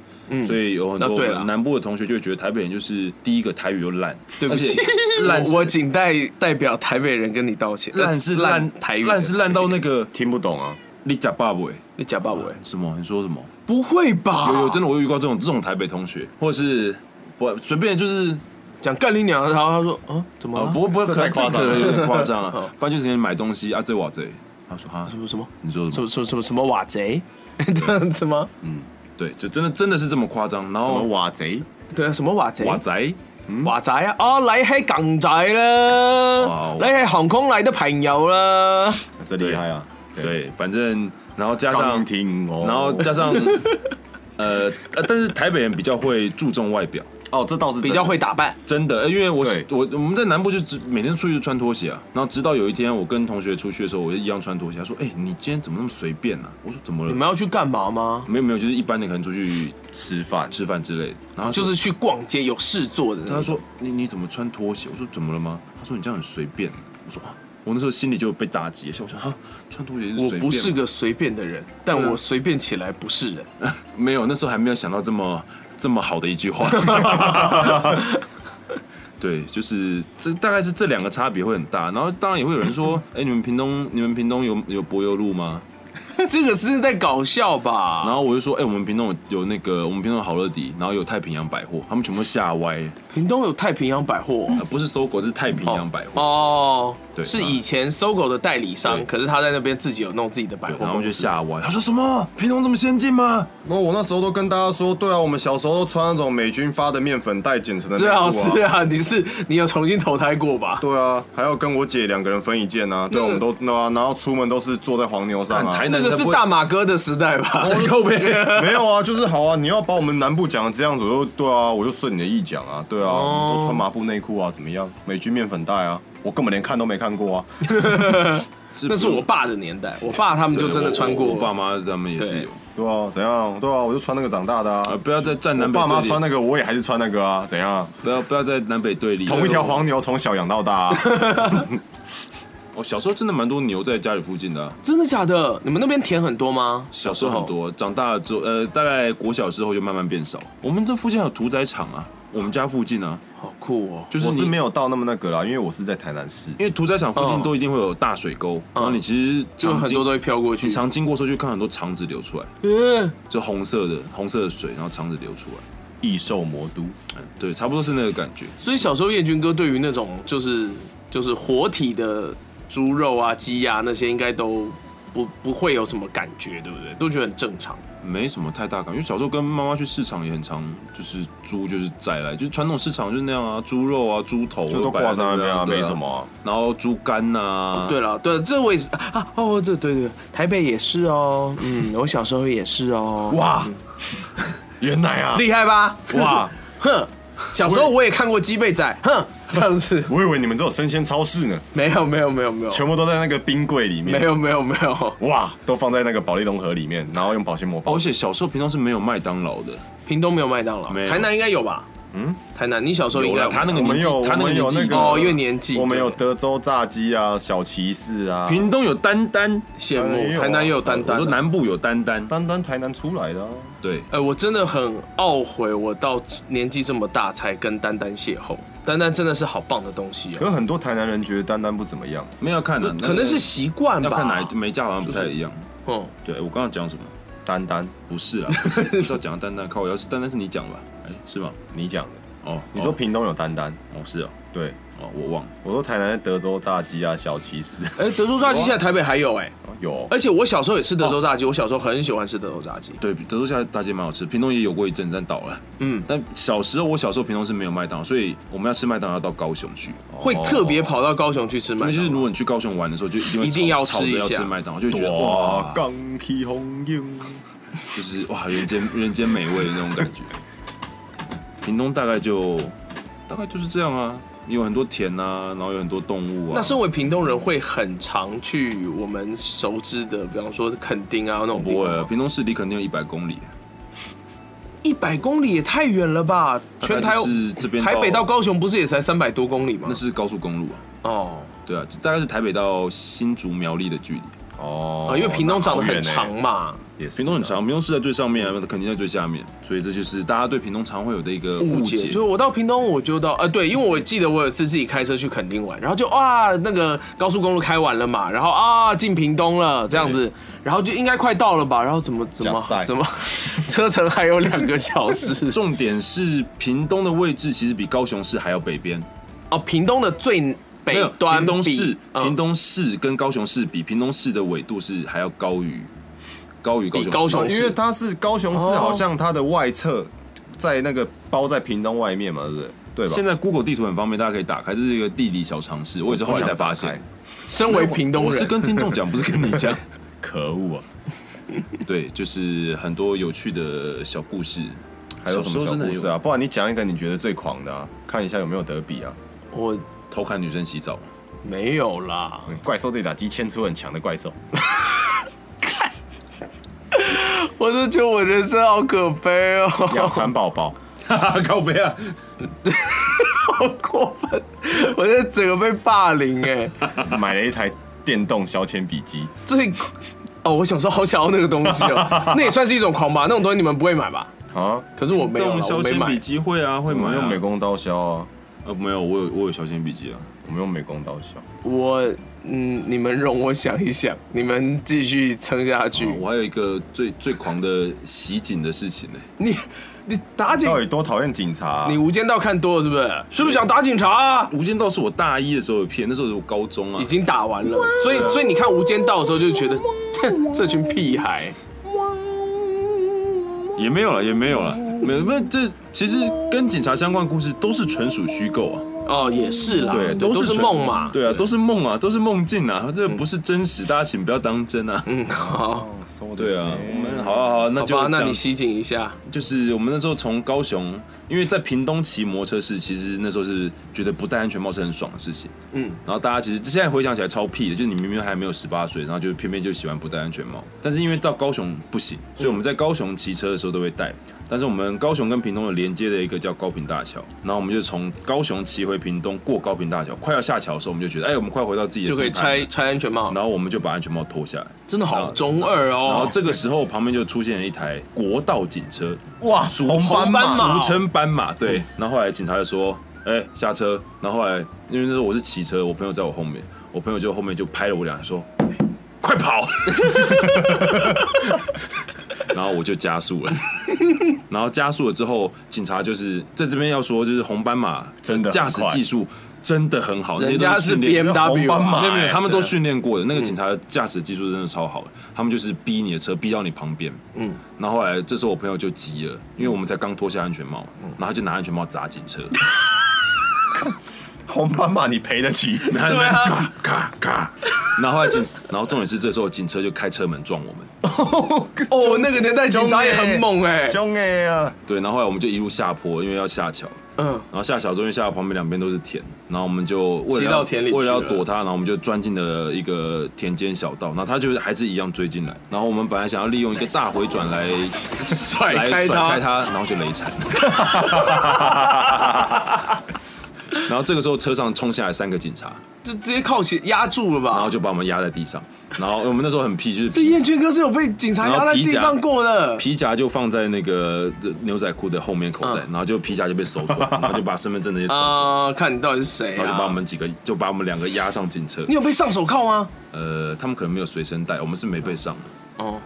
Speaker 1: 所以有很
Speaker 4: 啊对
Speaker 1: 多
Speaker 4: 了
Speaker 1: 南部的同学就会觉得台北人就是第一个台语又烂，
Speaker 4: 对不起
Speaker 1: 而且烂 是
Speaker 4: 我仅代代表台北人跟你道歉。
Speaker 1: 烂是
Speaker 4: 呃
Speaker 1: 烂
Speaker 4: 台语的，
Speaker 1: 烂是烂到那个
Speaker 3: 听不懂啊。
Speaker 1: 你假爸爸欸
Speaker 4: 你假爸伟，
Speaker 1: 什么？你说什么？
Speaker 4: 不会吧？
Speaker 1: 有有真的，我有遇到这种这种台北同学，或者是不随便就是
Speaker 4: 讲干你娘，然后他说，嗯，怎么
Speaker 1: 啊，
Speaker 4: 了？
Speaker 1: 不过不过
Speaker 3: 这
Speaker 1: 可能
Speaker 3: 太夸张了
Speaker 1: 这可能有点夸 张
Speaker 4: 好
Speaker 1: 啊。不然就直接买东西啊，这哇这，他说哈
Speaker 4: 什，么什么
Speaker 1: 你说什
Speaker 4: 什
Speaker 1: 么
Speaker 4: 么？什么什么什么瓦贼 这样子吗？
Speaker 1: 嗯对，就真的真的是这么夸张。然
Speaker 3: 什么
Speaker 1: 后
Speaker 3: 瓦贼？
Speaker 4: 对啊，什么瓦贼？
Speaker 1: 哇仔，
Speaker 4: 瓦仔啊！哦，你係港仔啦
Speaker 1: 哇，哦
Speaker 4: 你係航空嚟的朋友 啦。
Speaker 3: 啊这厉害啊！，
Speaker 1: 对，反正然后加上
Speaker 3: 刚，听哦，
Speaker 1: 然后加上，呃，呃但是台北人比较会注重外表，
Speaker 3: 哦，这倒是真的
Speaker 4: 比较会打扮。
Speaker 1: 真的，呃因为我
Speaker 3: 对
Speaker 1: 我我们在南部就只每天出去就穿拖鞋啊，然后直到有一天我跟同学出去的时候，我就一样穿拖鞋。他说：“哎、你今天怎么那么随便呢、啊？”我说：“怎么
Speaker 4: 你
Speaker 1: 了
Speaker 4: 们要去干嘛吗？”？
Speaker 1: 没有没有，就是一般的可能出去
Speaker 3: 吃饭，
Speaker 1: 吃饭之类的。然后他
Speaker 4: 就
Speaker 1: 说
Speaker 4: 是去逛街有事做的那种。
Speaker 1: 他说：“你你怎么穿拖鞋？”我说：“怎么了吗？”他说：“你这样很随便。”我说：“啊。”我那时候心里就有被打击，我想哈，穿拖鞋是随
Speaker 4: 我
Speaker 1: 便
Speaker 4: 不
Speaker 1: 吗
Speaker 4: 是个随便的人，但我随便起来不是人。
Speaker 1: 没有，那时候还没有想到这么这么好的一句话。 对，就是这大概是这两个差别会很大，然后当然也会有人说，哎、你们屏东你们屏东有有柏油路吗？
Speaker 4: 这个是在搞笑
Speaker 1: 然
Speaker 4: 吧？
Speaker 1: 后我就说，哎、我们屏东有有那个我们屏东有好乐迪，然后有太平洋百货，他们全部吓歪、
Speaker 4: 屏东有太平洋百货
Speaker 1: 呃不是搜狗，是太平洋百货，
Speaker 4: 哦，
Speaker 1: 对
Speaker 4: 是以前搜狗的代理商，
Speaker 1: 对
Speaker 4: 可是他在那边自己有弄自己的百
Speaker 1: 对
Speaker 4: 货，
Speaker 1: 然后他
Speaker 4: 公
Speaker 1: 们就
Speaker 4: 司。
Speaker 1: 吓歪，他说什么屏东这么先进吗？
Speaker 3: 那我那时候都跟大家说，对啊，我们小时候都穿那种美军发的面粉袋剪成的内
Speaker 4: 最好
Speaker 3: 裤
Speaker 4: 是啊，你是你有重新投胎过吧？
Speaker 3: 对啊，还要跟我姐两个人分一件啊。对，我们都那、然后出门都是坐在黄牛上啊
Speaker 1: 台。南
Speaker 4: 那个
Speaker 1: 才
Speaker 4: 是
Speaker 1: 不会
Speaker 4: 大马哥的时代吧？
Speaker 1: 靠背，
Speaker 3: 没有啊，就是好啊。你要把我们南部讲的这样子，我就对啊，我就顺你的意讲啊。对啊，我们都穿麻布内裤啊，怎么样？美军面粉袋啊，我根本连看都没看过啊。
Speaker 4: 那是我爸的年代，我爸他们就
Speaker 1: 对
Speaker 4: 真的
Speaker 1: 我
Speaker 4: 穿过。
Speaker 1: 我爸妈他们也是
Speaker 4: 对
Speaker 1: 有
Speaker 3: 对啊，怎样？对啊，我就穿那个长大的啊。
Speaker 1: 啊，不要再站
Speaker 3: 我
Speaker 1: 南北
Speaker 3: 爸妈
Speaker 1: 对立
Speaker 3: 穿那个，我也还是穿那个啊。怎样？
Speaker 1: 不要不要在南北对立。
Speaker 3: 同一条黄牛从小养到大、啊。
Speaker 1: 我小时候真的蛮多牛在家里附近的啊、
Speaker 4: 真的假的？你们那边田很多吗？
Speaker 1: 小时候很
Speaker 3: 哦
Speaker 1: 多，长大了之后，呃，大概国小之后就慢慢变少。我们这附近还有屠宰场啊，我们家附近啊，
Speaker 4: 好酷哦！
Speaker 1: 就是
Speaker 3: 我
Speaker 1: 你
Speaker 3: 是没有到那么那个啦，因为我是在台南市。
Speaker 1: 因为屠宰场附近
Speaker 4: 嗯
Speaker 1: 都一定会有大水沟，然后
Speaker 3: 嗯
Speaker 1: 你其实
Speaker 4: 就
Speaker 1: 常
Speaker 4: 很
Speaker 1: 经
Speaker 4: 多都会飘过去
Speaker 1: 你。常经过的时候就看很多肠子流出来，
Speaker 4: 嗯，
Speaker 1: 就红色的红色的水，然后肠子流出来，
Speaker 3: 异兽魔都，
Speaker 1: 嗯，对，差不多是那个感觉。
Speaker 4: 所以小时候燕军哥对于那种就是就是活体的猪肉啊、鸡啊那些，应该都不不会有什么感觉，对不对？都觉得很正常。
Speaker 1: 没什么太大感，因为小时候跟妈妈去市场也很常，就是猪就是宰来，就是传统市场就是那样啊，猪肉啊、猪头
Speaker 3: 就都
Speaker 1: 摆
Speaker 3: 挂在那边啊，
Speaker 1: 对
Speaker 3: 没什么、啊。
Speaker 1: 然后猪肝呐、啊
Speaker 4: 对了，对，这我也是啊，哦，这对对，台北也是哦，嗯，我小时候也是哦，
Speaker 3: 哇， 原来啊，
Speaker 4: 厉害吧？
Speaker 3: 哇，
Speaker 4: 哼，小时候我也看过鸡背仔，哼，这样子
Speaker 3: 我以为你们只有生鲜超市呢，
Speaker 4: 没有没有没有没有
Speaker 3: 全部都在那个冰柜里面。
Speaker 4: 没有没有没有，
Speaker 3: 哇，都放在那个保利龙盒里面，然后用保鲜膜
Speaker 1: 哦
Speaker 3: 包
Speaker 1: 而。且小时候平常是没有麦当劳的，
Speaker 4: 屏东没有麦当劳
Speaker 1: 没，有
Speaker 4: 台南应该有吧？嗯，台南你小时候应该
Speaker 1: 啦
Speaker 4: 有
Speaker 1: 他
Speaker 4: 吧
Speaker 1: 那个
Speaker 3: 我们
Speaker 1: 年纪
Speaker 3: 有，
Speaker 1: 他
Speaker 3: 我
Speaker 1: 那个
Speaker 3: 们
Speaker 1: 年
Speaker 3: 有
Speaker 1: 纪
Speaker 3: 那个
Speaker 4: 哦，因为年纪
Speaker 3: 我们有
Speaker 4: 对
Speaker 3: 德州炸鸡啊，小骑士啊，
Speaker 1: 屏东有丹丹，
Speaker 4: 羡
Speaker 3: 台南
Speaker 4: 慕
Speaker 3: 也有啊
Speaker 4: 台南也有丹丹
Speaker 1: 我
Speaker 4: 啊，
Speaker 1: 说南部有丹丹，
Speaker 3: 单单台南出来的、啊。
Speaker 1: 对，
Speaker 4: 哎、我真的很懊悔，我到年纪这么大才跟丹丹邂逅。丹丹真的是好棒的东西、
Speaker 3: 可
Speaker 4: 啊，
Speaker 3: 是很多台南人觉得单单不怎么样，
Speaker 1: 没有看的、啊那个
Speaker 4: 可能是习惯吧。
Speaker 1: 要看哪一每家好像不太一样。
Speaker 4: 嗯，
Speaker 1: 对我刚刚讲什么？
Speaker 3: 单单
Speaker 1: 不是 啊，不是不是要讲丹丹，靠，我要是丹丹是你讲吧？哎、是吗？
Speaker 3: 你讲的，
Speaker 1: 哦，
Speaker 3: 你说
Speaker 1: 哦
Speaker 3: 屏东有单单，
Speaker 1: 哦是哦，
Speaker 3: 对
Speaker 1: 哦我忘了，
Speaker 3: 我说台南的德州炸鸡啊，小骑士
Speaker 4: 哎、德州炸鸡现在台北还有哎、
Speaker 3: 有
Speaker 4: 而且我小时候也吃德
Speaker 1: 哦
Speaker 4: 州炸鸡，我小时候很喜欢吃德州炸鸡。
Speaker 1: 对，德州下大街蛮好吃，屏东也有过一阵，但倒了。
Speaker 4: 嗯，
Speaker 1: 但小时候我小时候屏东是没有麦当劳，所以我们要吃麦当劳要到高雄去。
Speaker 4: 会特别跑到高雄去吃
Speaker 1: 那
Speaker 4: 哦麦
Speaker 1: 就是
Speaker 4: 当
Speaker 1: 如
Speaker 4: 劳。
Speaker 1: 果你去高雄玩的时候，就一定会
Speaker 4: 一定要
Speaker 1: 吵
Speaker 4: 吃
Speaker 1: 吵着
Speaker 4: 一
Speaker 1: 要
Speaker 4: 下
Speaker 1: 吃麦当劳，就会觉得
Speaker 3: 哇
Speaker 1: 哇，，
Speaker 3: 钢皮红英。
Speaker 1: 就是哇人间人间美味的那种感觉。屏东大概就大概就是这样啊，有很多田啊，然后有很多动物啊。
Speaker 4: 那身为屏东人，会很常去我们熟知的，比方说垦丁啊那种地
Speaker 1: 不会啊，
Speaker 4: 方。
Speaker 1: 屏东市离肯定有一百公里，
Speaker 4: 一百公里也太远了吧？全台
Speaker 1: 大概就是这边
Speaker 4: 台北到，高雄不是也才三百多公里吗
Speaker 1: 那？是高速公路啊。
Speaker 4: 哦。
Speaker 1: 对啊，大概是台北到新竹苗栗的距离。
Speaker 3: 哦
Speaker 4: 啊，因为屏东长得很
Speaker 3: 那好
Speaker 4: 长
Speaker 3: 远欸
Speaker 4: 嘛，
Speaker 3: 也是
Speaker 1: 屏东很长，屏东市在最上面啊，肯定在最下面，所以这就是大家对屏东常会有的一个
Speaker 4: 误
Speaker 1: 欸误
Speaker 4: 解
Speaker 1: 解。
Speaker 4: 就是我到屏东我就到，呃，对，因为我记得我有一次自己开车去垦丁玩，然后就啊，那个高速公路开完了嘛，然后啊进屏东了这样子，然后就应该快到了吧，然后怎么怎
Speaker 3: 加
Speaker 4: 么
Speaker 3: 塞
Speaker 4: 怎么 车程还有两个小 时
Speaker 1: 重点是屏东的位置其实比高雄市还要北边，
Speaker 4: 哦，屏东的最
Speaker 1: 没
Speaker 4: 北
Speaker 1: 有
Speaker 4: 端
Speaker 1: 屏东
Speaker 4: 比
Speaker 1: 市，
Speaker 4: 嗯
Speaker 1: 屏东市跟高雄市比，屏东市的纬度是还要高于高于高雄市。
Speaker 4: 比高雄
Speaker 3: 哦因为它是高雄市，
Speaker 4: 哦
Speaker 3: 好像它的外侧在那个包在屏东外面嘛，对不对？对吧？
Speaker 1: 现在 Google 地图很方便，大家可以打开，这是一个地理小常识。我也是后来才发
Speaker 3: 哎
Speaker 1: 现，
Speaker 4: 身为屏东
Speaker 1: 我是
Speaker 4: 人，
Speaker 1: 跟听众讲，不是跟你 讲。
Speaker 3: 可恶啊！
Speaker 1: 对，就是很多有趣的小故事。
Speaker 3: 还有什么
Speaker 1: 小时候
Speaker 3: 小
Speaker 1: 真的
Speaker 3: 故
Speaker 1: 有
Speaker 3: 事啊？不然你讲一个你觉得最狂的啊，看一下有没有得比啊？
Speaker 4: 我
Speaker 1: 偷看女生洗澡，
Speaker 4: 没有啦，
Speaker 3: 嗯怪兽对打机牵出很强的怪兽，
Speaker 1: 哦
Speaker 4: 我就觉得我人生好可悲 哦，
Speaker 3: 养蚕宝 宝，
Speaker 1: 靠背啊，
Speaker 4: 好过分，我这整个被霸凌哎、
Speaker 3: 买了一台电动削铅笔机，
Speaker 4: 最哦，我小时候好想要那个东西 哦，那也算是一种狂吧，那种东西你们不会买吧？
Speaker 3: 啊，
Speaker 4: 可是我没
Speaker 1: 但
Speaker 4: 有
Speaker 1: 我们
Speaker 4: 啦，我
Speaker 1: 削
Speaker 4: 没
Speaker 1: 铅笔
Speaker 4: 买。嗯
Speaker 1: 机会啊，会
Speaker 3: 我
Speaker 1: 买
Speaker 3: 们
Speaker 1: 啊
Speaker 3: 用美工刀削啊，
Speaker 1: 呃没有，我有我有削铅笔机啊，
Speaker 3: 我们用美工刀削。
Speaker 4: 我嗯，你们容我想一想，你们继续撑下去。
Speaker 1: 啊我还有一个最最狂的袭警的事情呢、
Speaker 4: 你你打警
Speaker 1: 啊
Speaker 3: 到，底多讨厌警察啊？
Speaker 4: 你无间道看多了是不是？是不是想打警察啊？
Speaker 1: 无间道》是我大一的时候有片，那时候我高中啊，
Speaker 4: 已经打完了，所以所以你看《无间道》的时候就觉得， 这这群屁孩，
Speaker 1: 也没有了，也没有了，没有没有这其实跟警察相关的故事都是纯属虚构啊，
Speaker 4: 哦，也是啦，
Speaker 1: 对，
Speaker 4: 都是
Speaker 1: 纯
Speaker 4: 梦嘛，
Speaker 1: 对啊，都是梦啊，都是梦境啊，这不是真实，大家请不要当真啊。
Speaker 4: 嗯，好，
Speaker 3: 哦，so
Speaker 1: 对啊，
Speaker 3: this
Speaker 1: 我
Speaker 3: man
Speaker 1: 们好啊好啊，那
Speaker 4: 好
Speaker 1: 就
Speaker 4: 吧，那
Speaker 1: 讲
Speaker 4: 你袭警一下，
Speaker 1: 就是我们那时候从高雄，因为在屏东骑摩托车是，其实那时候是觉得不戴安全帽是很爽的事情。
Speaker 4: 嗯，
Speaker 1: 然后大家其实现在回想起来超屁的，就是你明明还没有十八岁，然后就偏偏就喜欢不戴安全帽。但是因为到高雄不行，所以我们在高雄骑车的时候都会戴。但是我们高雄跟屏东有连接的一个叫高屏大桥，然后我们就从高雄骑回屏东，过高屏大桥，快要下桥的时候，我们就觉得，哎，我们快回到自己的
Speaker 4: 就可以
Speaker 1: 地盘了
Speaker 4: 拆，拆安全帽，
Speaker 1: 然后我们就把安全帽脱下来。
Speaker 4: 真的好中二
Speaker 1: 然后
Speaker 4: 哦，
Speaker 1: 这个时候旁边就出现了一台国道警车，
Speaker 3: 哇，
Speaker 1: 俗
Speaker 3: 红斑
Speaker 4: 红斑
Speaker 3: 马
Speaker 4: 马
Speaker 1: 俗称斑马，对。然后后来警察就说：“哎、下车。”然后后来因为那时候我是骑车，我朋友在我后面，我朋友就后面就拍了我两下说：“哎快跑！”然后我就加速了，然后加速了之后，警察就是在这边要说，就是红斑马
Speaker 3: 真的很
Speaker 1: 驾驶技术真的很好，那些
Speaker 4: 人
Speaker 1: 都
Speaker 4: 家
Speaker 1: 是
Speaker 4: 是
Speaker 1: 训练
Speaker 4: B M
Speaker 3: 红
Speaker 4: W，啊
Speaker 3: 斑马
Speaker 1: 没有没有，
Speaker 3: 哎
Speaker 1: 他们都训练过的。那个警察的驾驶技术真的超好的，他们就是逼你的车逼到你旁边。嗯，然后后来这时候我朋友就急了，因为我们才刚脱下安全帽，然后他就拿安全帽砸警车，
Speaker 3: 红斑马，你赔得起？
Speaker 1: 然后
Speaker 4: 对啊，
Speaker 1: 咔咔，然后后来警，然后重点是这时候警车就开车门撞我们，
Speaker 4: 哦，那个年代警察也很猛哎，
Speaker 3: 凶哎啊！
Speaker 1: 对，然后后来我们就一路下坡，因为要下桥。
Speaker 4: 嗯，
Speaker 1: 然后下小中间下到旁边两边都是田，然后我们就为
Speaker 4: 骑
Speaker 1: 了
Speaker 4: 到
Speaker 1: 要
Speaker 4: 田里去
Speaker 1: 为了要
Speaker 4: 了
Speaker 1: 躲他，然后我们就钻进了一个田间小道，然后他就还是一样追进来，然后我们本来想要利用一个大回转来
Speaker 4: 甩
Speaker 1: 来
Speaker 4: 开
Speaker 1: 甩开
Speaker 4: 他，
Speaker 1: 他，然后就雷惨。 然后这个时候车上冲下来三个警察，
Speaker 4: 就直接靠起压住了吧，
Speaker 1: 然后就把我们压在地上，然后我们那时候很屁，就是
Speaker 4: 这
Speaker 1: 皮
Speaker 4: 燕圈哥是有被警察压在地上过的，
Speaker 1: 皮夹就放在那个呃牛仔裤的后面口袋，
Speaker 4: 嗯
Speaker 1: 然后就皮夹就被搜出来，然后就把身份证那些抽出来，
Speaker 4: 啊、看你到底是谁、啊，
Speaker 1: 然后就把我们几个就把我们两个压上警车
Speaker 4: 你。有被上手铐吗？
Speaker 1: 呃，他们可能没有随身带，我们是没被上的，
Speaker 4: 哦，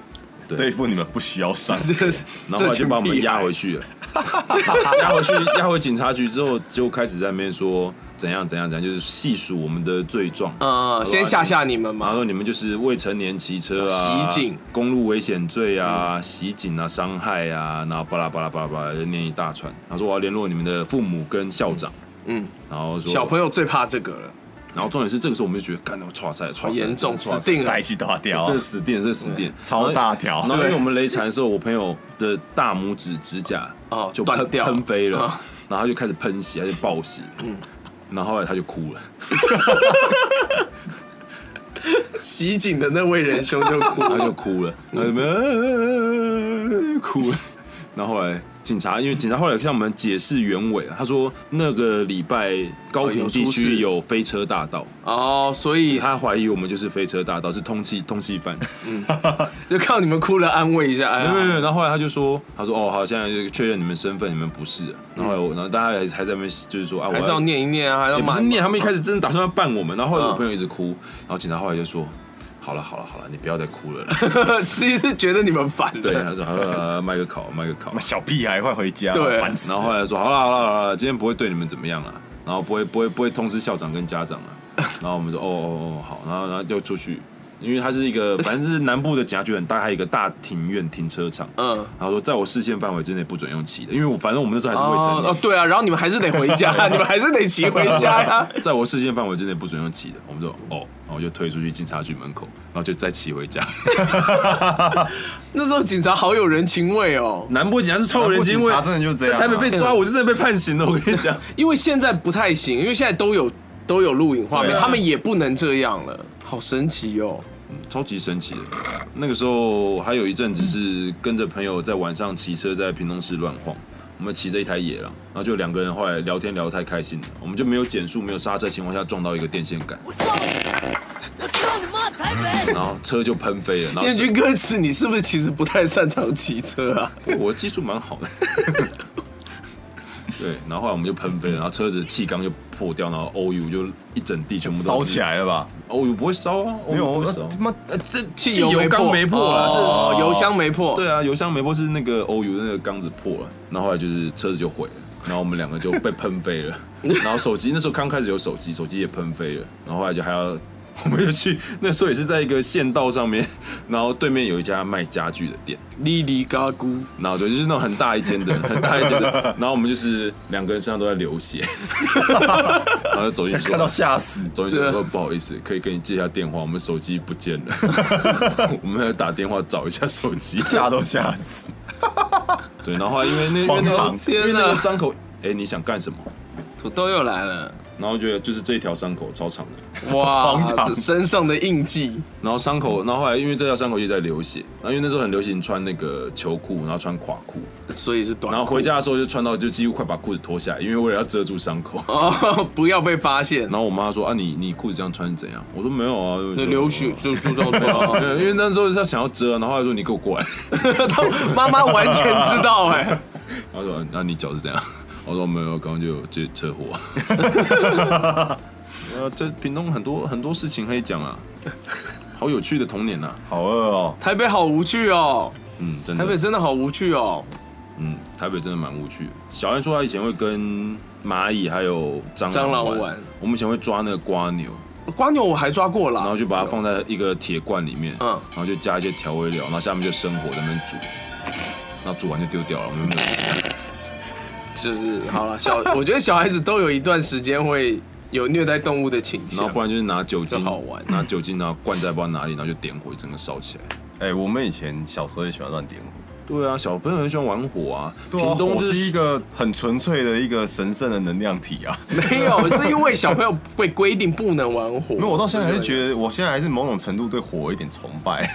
Speaker 3: 对付你们不需要上，
Speaker 4: 这个
Speaker 1: 然后后来就把我们压回
Speaker 4: 去。
Speaker 1: 去了， 压回去，压回警察局之后，就开始在那边说怎样怎样怎样，就是细数我们的罪状。
Speaker 4: 呃，先吓吓你们
Speaker 1: 然
Speaker 4: 嘛，
Speaker 1: 后你们就是未成年骑车啊，
Speaker 4: 袭警、
Speaker 1: 公路危险罪啊、袭警啊、伤害啊，然后巴拉巴拉巴拉巴拉就念一大串。然后说我要联络你们的父母跟校长，
Speaker 4: 嗯，
Speaker 1: 然后说
Speaker 4: 小朋友最怕这个了，
Speaker 1: 然后重点是这个时候我们就觉得，干，我操塞，操
Speaker 4: 好严重，死定了
Speaker 3: 带。起大掉啊
Speaker 1: 这，死定了，这死定了，
Speaker 3: 超大条
Speaker 1: 然后因为
Speaker 4: 对
Speaker 1: 我们雷残的时候，我朋友的大拇指指甲
Speaker 4: 哦
Speaker 1: 就
Speaker 4: 断
Speaker 1: 喷
Speaker 4: 掉了
Speaker 1: 喷飞了
Speaker 4: 啊，
Speaker 1: 然后他就开始喷血，他就爆血，嗯，然后后来他就哭 了，
Speaker 4: 袭警的那位仁兄就哭
Speaker 1: 他就
Speaker 4: 了，
Speaker 1: 哭了，然后就
Speaker 4: 嗯
Speaker 1: 呃 哭了，然后后来警察，因为警察后来向我们解释原委，啊他说那个礼拜高
Speaker 4: 哦有出
Speaker 1: 平地区
Speaker 4: 事
Speaker 1: 有飞车大盗，
Speaker 4: 哦，所以
Speaker 1: 他怀疑我们就是飞车大盗，是通缉通 缉犯，
Speaker 4: 就靠你们哭了安慰一下，哎
Speaker 1: 没有没有没
Speaker 4: 呀，
Speaker 1: 有，然后后来他就说，他说哦好，现在就确认你们身份，你们不是了，然后后来我，然后大家还还在那边就是说啊，我
Speaker 4: 还是要念一念啊，还是要
Speaker 1: 也不
Speaker 4: 骂
Speaker 1: 是
Speaker 4: 你
Speaker 1: 念，他们一开始真的打算要办我们，然后后来我
Speaker 4: 嗯
Speaker 1: 朋友一直哭，然后警察后来就说：“好了好了好了，你不要再哭了啦。
Speaker 4: 们，其实是觉得你们烦了，”
Speaker 1: 对， 他说：“呃，麦个考，麦个考。
Speaker 3: 妈”小屁孩快回家，
Speaker 4: 对
Speaker 3: 烦死
Speaker 1: 然后后来说：“好了好了好了，今天不会对你们怎么样 了，哦然后不会不会不会通知校长跟家长了。”然后我们说：“哦哦哦，好。”然后然后就出去，因为它是 一个，反正是南部的甲局很大，还有一个大庭院停车场。
Speaker 4: 嗯，
Speaker 1: 然后说在我视线范围之内不准用骑的，因为我反正我们那时候还是未成
Speaker 4: 哦
Speaker 1: 年，
Speaker 4: 哦，对啊，然后你们还是得回
Speaker 1: 啊
Speaker 4: 家，你们还是得骑回家 呀。
Speaker 1: 在我视线范围之内不准用骑的，我们就哦，然后就推出去警察局门口，然后就再骑回家。
Speaker 4: 那时候警察好有人情味哦，
Speaker 1: 南部警察是超有人情
Speaker 3: 南部
Speaker 1: 味
Speaker 3: 警察，真的就是这样啊
Speaker 1: 在台北被抓，
Speaker 4: 嗯
Speaker 1: 我是真的被判刑了。我跟你讲，
Speaker 4: 因为现在不太行，因为现在都有都有录影画面，
Speaker 3: 对啊
Speaker 4: 他们也不能这样了，好神奇哦。
Speaker 1: 嗯超级神奇的。那个时候还有一阵子是跟着朋友在晚上骑车在屏东市乱晃，我们骑着一台野狼，然后就两个人后来聊天聊得太开心了，我们就没有减速、没有刹车情况下撞到一个电线杆，
Speaker 6: 我操！我操你妈台北！
Speaker 1: 然后车就喷飞了。然后
Speaker 4: 彦
Speaker 1: 是
Speaker 4: 君哥，是你是不是其实不太擅长骑车啊？
Speaker 1: 我技术蛮好的。 对，然后后来我们就喷飞了，然后车子气缸就破掉，然后 OU 就一整地全部都是
Speaker 3: 烧起，来了吧？
Speaker 1: OU 不会烧啊，
Speaker 3: 没有，
Speaker 1: OU 不
Speaker 3: 我
Speaker 1: 会烧
Speaker 3: 他。妈
Speaker 1: 呃，这
Speaker 4: 汽
Speaker 1: 汽油缸没破了，是
Speaker 4: 哦油箱没破。
Speaker 1: 对啊，油箱没破是那个欧油那个缸子破了，然后后来就是车子就毁了，然后我们两个就被喷飞了，然后手机那时候刚开始有手机，手机也喷飞了，然后后来就还要。 我们就去，那时候也是在一个县道上面，然后对面有一家卖家具的店，
Speaker 4: 哩哩嘎咕，
Speaker 1: 然后对，就是那种很大一 间的，很大一间的，然后我们就是两个人身上都在 流血，然后就走进去说
Speaker 3: 看到吓死，
Speaker 1: 走进去说不好意思，可以跟你借一下电话，我们手机不 见了，我们要打电话找一下手机，
Speaker 3: 吓都吓死。
Speaker 1: 对，然后后来因为那因为
Speaker 3: 荒
Speaker 1: 那个
Speaker 3: 唐
Speaker 1: 因为那
Speaker 4: 天哪
Speaker 1: 个伤口，哎、你想干什么？
Speaker 4: 土豆又来了，
Speaker 1: 然后觉得就是这一条伤口超长的，
Speaker 4: 哇
Speaker 3: 荒，唐
Speaker 4: 这身上的印记，
Speaker 1: 然后伤口，然后后来因为这条伤口一直在流血，然后因为那时候很流行穿那个球裤，然后穿垮裤，
Speaker 4: 所以是短裤。
Speaker 1: 然后回家的时候就穿到就几乎快把裤子脱下来，因为为了要遮住伤口。
Speaker 4: 哦， 不要被发现
Speaker 1: 然，后我妈说啊你你裤子这样穿是怎样？我说没有啊，
Speaker 4: 那
Speaker 1: 就
Speaker 4: 流血。就就 这样子
Speaker 1: 没有
Speaker 4: 啊。
Speaker 1: 因为那时候是要想要遮，然后后来说你给我过来，
Speaker 4: 妈妈完全知道哎、
Speaker 1: 然后说啊那你脚是怎样？ 我说没有，刚刚就有这车祸。 呃，这屏东很多很多事情可以讲啊，好有趣的童年呐、啊，
Speaker 3: 好饿哦，
Speaker 4: 台北好无趣哦，
Speaker 1: 嗯，真的。
Speaker 4: 台北真的好无趣哦。
Speaker 1: 嗯，台北真的蛮无趣的。小安说他以前会跟蚂蚁还有蟑
Speaker 4: 蟑螂
Speaker 1: 玩，
Speaker 4: 玩
Speaker 1: 我们以前会抓那个瓜牛，
Speaker 4: 瓜牛我还抓过
Speaker 1: 然后
Speaker 4: 啦，
Speaker 1: 就把它放在一个铁罐里面，
Speaker 4: 嗯
Speaker 1: 然后就加一些调味料，然后下面就生火在那边煮，那煮完就丢掉了，我们没有吃。
Speaker 4: 就是好了，小 我觉得小孩子都有一段时间会有虐待动物的倾
Speaker 1: 然后
Speaker 4: 向
Speaker 1: 不。然就是拿酒精，
Speaker 4: 这好玩
Speaker 1: 拿酒精然后灌在不知道哪里，然后就点火，整个烧起来。
Speaker 3: 哎，我们以前小时候也喜欢乱点火。
Speaker 1: 对啊，小朋友很喜欢玩火啊。
Speaker 3: 对啊，
Speaker 1: 屏东
Speaker 3: 火
Speaker 1: 就是
Speaker 3: 一个很纯粹的一个神圣的能量体啊。
Speaker 4: 没有，是因为小朋友被规定不能玩火。
Speaker 3: 因为我到现在还是觉得，我现在还是某种程度对火有一点崇拜。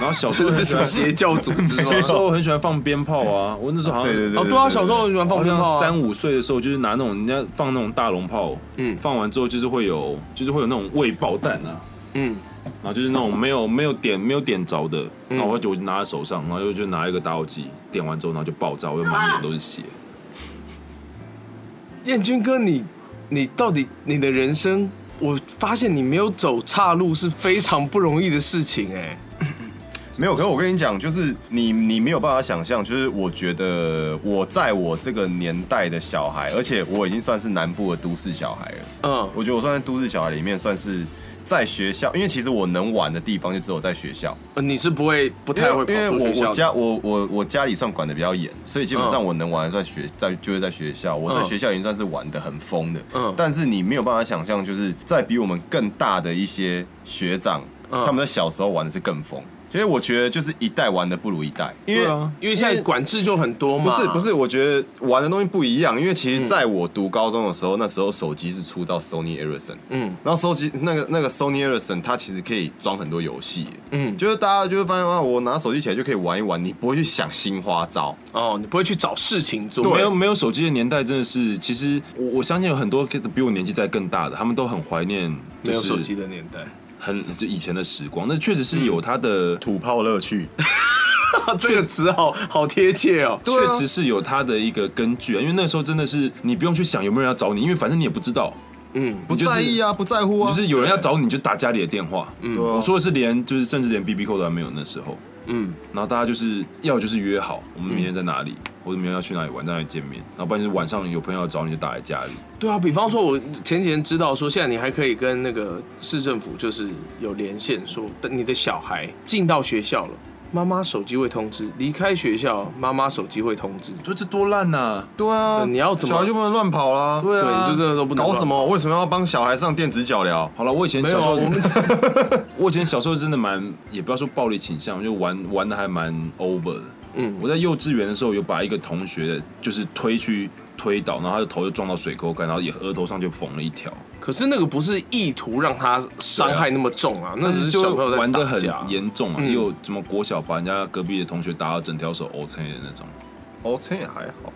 Speaker 1: 然后小时
Speaker 4: 就
Speaker 1: 候
Speaker 4: 是
Speaker 1: 很喜
Speaker 4: 什么
Speaker 1: 欢，
Speaker 4: 邪教组 织
Speaker 1: 小时
Speaker 4: 吗？
Speaker 1: 候很喜欢放鞭炮啊。我那时候好 像
Speaker 3: 对对对，
Speaker 4: 哦，对啊，小时候很喜欢放
Speaker 1: 好
Speaker 4: 鞭炮
Speaker 1: 像
Speaker 4: 啊
Speaker 1: 三五岁的时候，就是拿那种人家放那种大龙炮，
Speaker 4: 嗯
Speaker 1: 嗯，放完之后就是会有，就是会有那种未爆弹啊，
Speaker 4: 嗯，
Speaker 1: 然后就是那种没有没有点没有点着的，然后我就我就拿在手上，然后就就拿一个打火机点完之后，然后就爆炸，我就满脸都是血。
Speaker 4: 彦君哥，你你到底你的人生，我发现你没有走岔路是非常不容易的事情哎、
Speaker 3: 没有，可是我跟你讲，就是你你没有办法想象，就是我觉得我在我这个年代的小孩，而且我已经算是南部的都市小孩了。
Speaker 4: 嗯，
Speaker 3: 我觉得我算在都市小孩里面算是在学校，因为其实我能玩的地方就只有在学校，
Speaker 4: 呃你是不会不
Speaker 3: 因
Speaker 4: 太
Speaker 3: 为
Speaker 4: 会
Speaker 3: 因为
Speaker 4: 跑出学校
Speaker 3: 我我
Speaker 4: 的。
Speaker 3: 家我我我家里算管的比较严，所以基本上
Speaker 4: 嗯
Speaker 3: 我能玩的在学在就是在学校，我在
Speaker 4: 嗯
Speaker 3: 学校已经算是玩的很疯的，
Speaker 4: 嗯
Speaker 3: 但是你没有办法想象，就是在比我们更大的一些学长，
Speaker 4: 嗯
Speaker 3: 他们在小时候玩的是更疯，所以我觉得就是一代玩的不如一代，因为
Speaker 1: 对啊
Speaker 4: 因为现在管制就很多
Speaker 3: 不
Speaker 4: 嘛。
Speaker 3: 是不是，，我觉得玩的东西不一样，因为其实在我读高中的时候，那时候手机是出到 Sony Ericsson，
Speaker 4: 嗯
Speaker 3: 然后手机那个那个 Sony Ericsson 它其实可以装很多游戏，
Speaker 4: 嗯，
Speaker 3: 就是大家就会发现啊，我拿手机起来就可以玩一玩，你不会去想新花招，
Speaker 4: 哦，你不会去找事情做。
Speaker 1: 没有没有手机的年代真的是，其实我我相信有很多比我年纪再更大的，他们都很怀念，就
Speaker 4: 没有手机
Speaker 1: 是
Speaker 4: 的年代，
Speaker 1: 很就以前的时光。那确实是有它
Speaker 4: 嗯
Speaker 1: 的
Speaker 3: 土炮乐趣。
Speaker 4: 这个词好好贴切哦。
Speaker 1: 确实是有它的一个根据啊，因为那时候真的是你不用去想有没有人要找你，因为反正你也不知道，
Speaker 4: 嗯，
Speaker 3: 不
Speaker 1: 你就是
Speaker 3: 在意啊，不在乎啊，
Speaker 1: 就是有人要找你就打家里的电话。嗯，
Speaker 3: 对啊
Speaker 1: 我说的是连就是甚至连 B B 扣都还没有那时候，
Speaker 4: 嗯，
Speaker 1: 然后大家就是要就是约好，我们明天在哪里，或者明天要去哪里玩，在哪里见面，然后不然就是晚上有朋友要找你就打来家里，
Speaker 4: 对啊，比方说，我前几天知道说，现在你还可以跟那个市政府就是有连线说，等你的小孩进到学校了，妈妈手机会通知；离开学校，妈妈手机会通知。
Speaker 1: 就这多烂呐、
Speaker 3: 对啊，
Speaker 4: 你要怎么
Speaker 3: 小孩就不能乱跑啦？
Speaker 1: 对啊，
Speaker 4: 对，就真的都不能
Speaker 3: 搞什
Speaker 4: 乱。
Speaker 3: 么？为什么要帮小孩上电子脚镣？
Speaker 1: 好了，我以前
Speaker 4: 没有
Speaker 1: 小时
Speaker 4: 啊，
Speaker 1: 候
Speaker 4: 我们
Speaker 1: 我以前小时候真的蛮，也不要说暴力倾向，就玩玩的还蛮 over 的。
Speaker 4: 嗯
Speaker 1: 我在幼稚园的时候有把一个同学就是推去推倒，然后他的头就撞到水沟盖，然后也额头上就缝了一条。
Speaker 4: 可是那个不是意图让他伤害那么重啊，那
Speaker 1: 但
Speaker 4: 只
Speaker 1: 是
Speaker 4: 小
Speaker 1: 就
Speaker 4: 朋友在
Speaker 1: 玩的
Speaker 4: 打
Speaker 1: 很
Speaker 4: 架啊。
Speaker 1: 严重啊，
Speaker 4: 嗯
Speaker 1: 也有什么国小把人家隔壁的同学打到整条手 O 成的那种。
Speaker 3: 哦，这也还好。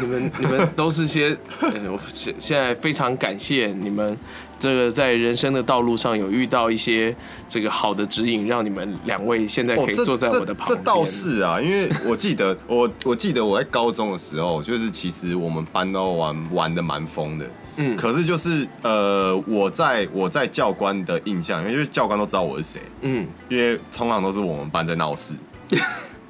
Speaker 4: 你们你们都是些， 呃我现现在非常感谢你们，这个在人生的道路上有遇到一些这个好的指引，让你们两位现在
Speaker 3: 哦
Speaker 4: 可以，
Speaker 3: 这
Speaker 4: 坐在我的
Speaker 3: 这
Speaker 4: 旁
Speaker 3: 这
Speaker 4: 边。
Speaker 3: 倒是啊，因为我记得 我我记得我在高中的时候，就是其实我们班都玩玩的蛮疯的。
Speaker 4: 嗯
Speaker 3: 可是就是呃，我在我在教官的印象，因为就是教官都知道我是谁，
Speaker 4: 嗯，
Speaker 3: 因为通常都是我们班在闹 事。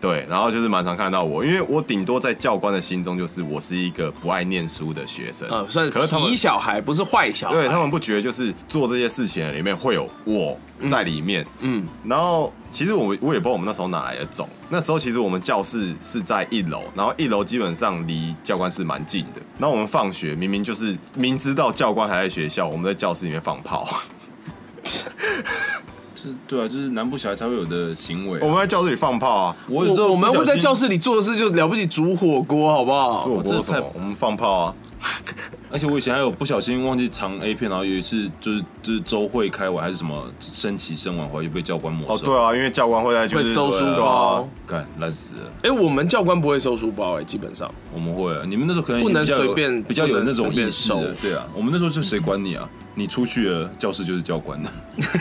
Speaker 3: 对，然后就是蛮常看到我，因为我顶多在教官的心中就是我是一个不爱念书的学生，
Speaker 4: 呃，算
Speaker 3: 可是他们
Speaker 4: 皮小孩，不是坏小孩。
Speaker 3: 对他们不觉得就是做这些事情的里面会有我在里面，
Speaker 4: 嗯
Speaker 3: 然后其实我我也不知道我们那时候哪来的种，那时候其实我们教室是在一楼，然后一楼基本上离教官室蛮近的。然后我们放学明明就是明知道教官还在学校，我们在教室里面放炮，
Speaker 1: 就是对啊，就是南部小孩才会有的行为啊、
Speaker 3: 我们在教室里放炮啊，
Speaker 1: 我有时候
Speaker 4: 我我们会在教
Speaker 1: 室，
Speaker 4: 室里做的事就了不起，煮火锅，好不好？
Speaker 3: 做
Speaker 1: 这
Speaker 3: 锅什
Speaker 1: 太
Speaker 3: 么？我们放炮啊，
Speaker 1: 而且我以前还有不小心忘记藏 A 片，然后有一次就是就是周会开完还是什么升旗升完回来就被教官没
Speaker 3: 哦
Speaker 1: 收。
Speaker 3: 对啊，因为教官会在就
Speaker 4: 会
Speaker 3: 是
Speaker 4: 收
Speaker 3: 对
Speaker 4: 书
Speaker 3: 啊
Speaker 4: 包。
Speaker 1: 干烂死了！
Speaker 4: 哎、我们教官不会收书包、哎，基本上
Speaker 1: 我们会啊，你们那时候可能
Speaker 4: 不能
Speaker 1: 比较有
Speaker 4: 随便
Speaker 1: 比较有那种意识
Speaker 4: 不能随
Speaker 1: 的
Speaker 4: 便，收
Speaker 1: 对啊。我们那时候就谁管你啊？你出去了，教室就是教官的，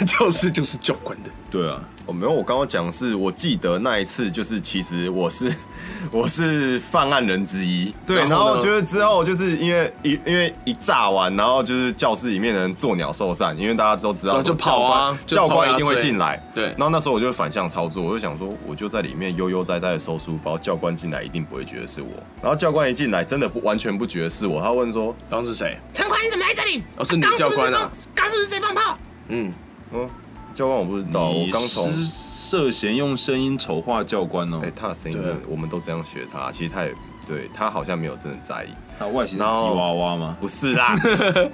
Speaker 4: 教室就是教官的。
Speaker 1: 对啊。
Speaker 3: 哦，没有，我刚刚讲的是，我记得那一次就是，其实我是 我是犯案人之一，对，
Speaker 4: 然
Speaker 3: 然
Speaker 4: 后呢
Speaker 3: 后就是之后就是因为一因为一炸完，然后就是教室里面的人作鸟兽散，因为大家都知道
Speaker 4: 对啊
Speaker 3: 说
Speaker 4: 就跑啊就
Speaker 3: 教官教官
Speaker 4: 跑啊
Speaker 3: 一定会
Speaker 4: 追
Speaker 3: 进来，
Speaker 4: 对
Speaker 3: 然后那时候我就反向操作，我就想说，我就在里面悠悠哉哉的收书包，教官进来一定不会觉得是我，然后教官一进来真的不完全不觉得是我，他问说，
Speaker 4: 当时谁？
Speaker 5: 陈宽，你怎么来这里？
Speaker 4: 哦是你
Speaker 5: 刚
Speaker 4: 教
Speaker 5: 不
Speaker 4: 官啊
Speaker 5: 放刚是不是谁放炮？
Speaker 4: 嗯，
Speaker 3: 嗯，教官我不知道，我
Speaker 1: 你
Speaker 3: 刚从
Speaker 1: 是涉嫌用声音丑化教官哦
Speaker 3: 哎、，他的声音
Speaker 4: 对
Speaker 3: 真
Speaker 4: 啊
Speaker 3: 的，我们都这样学他，其实他也对他好像没有真的在意，
Speaker 1: 他外形是吉娃娃吗？
Speaker 3: 不是 啦，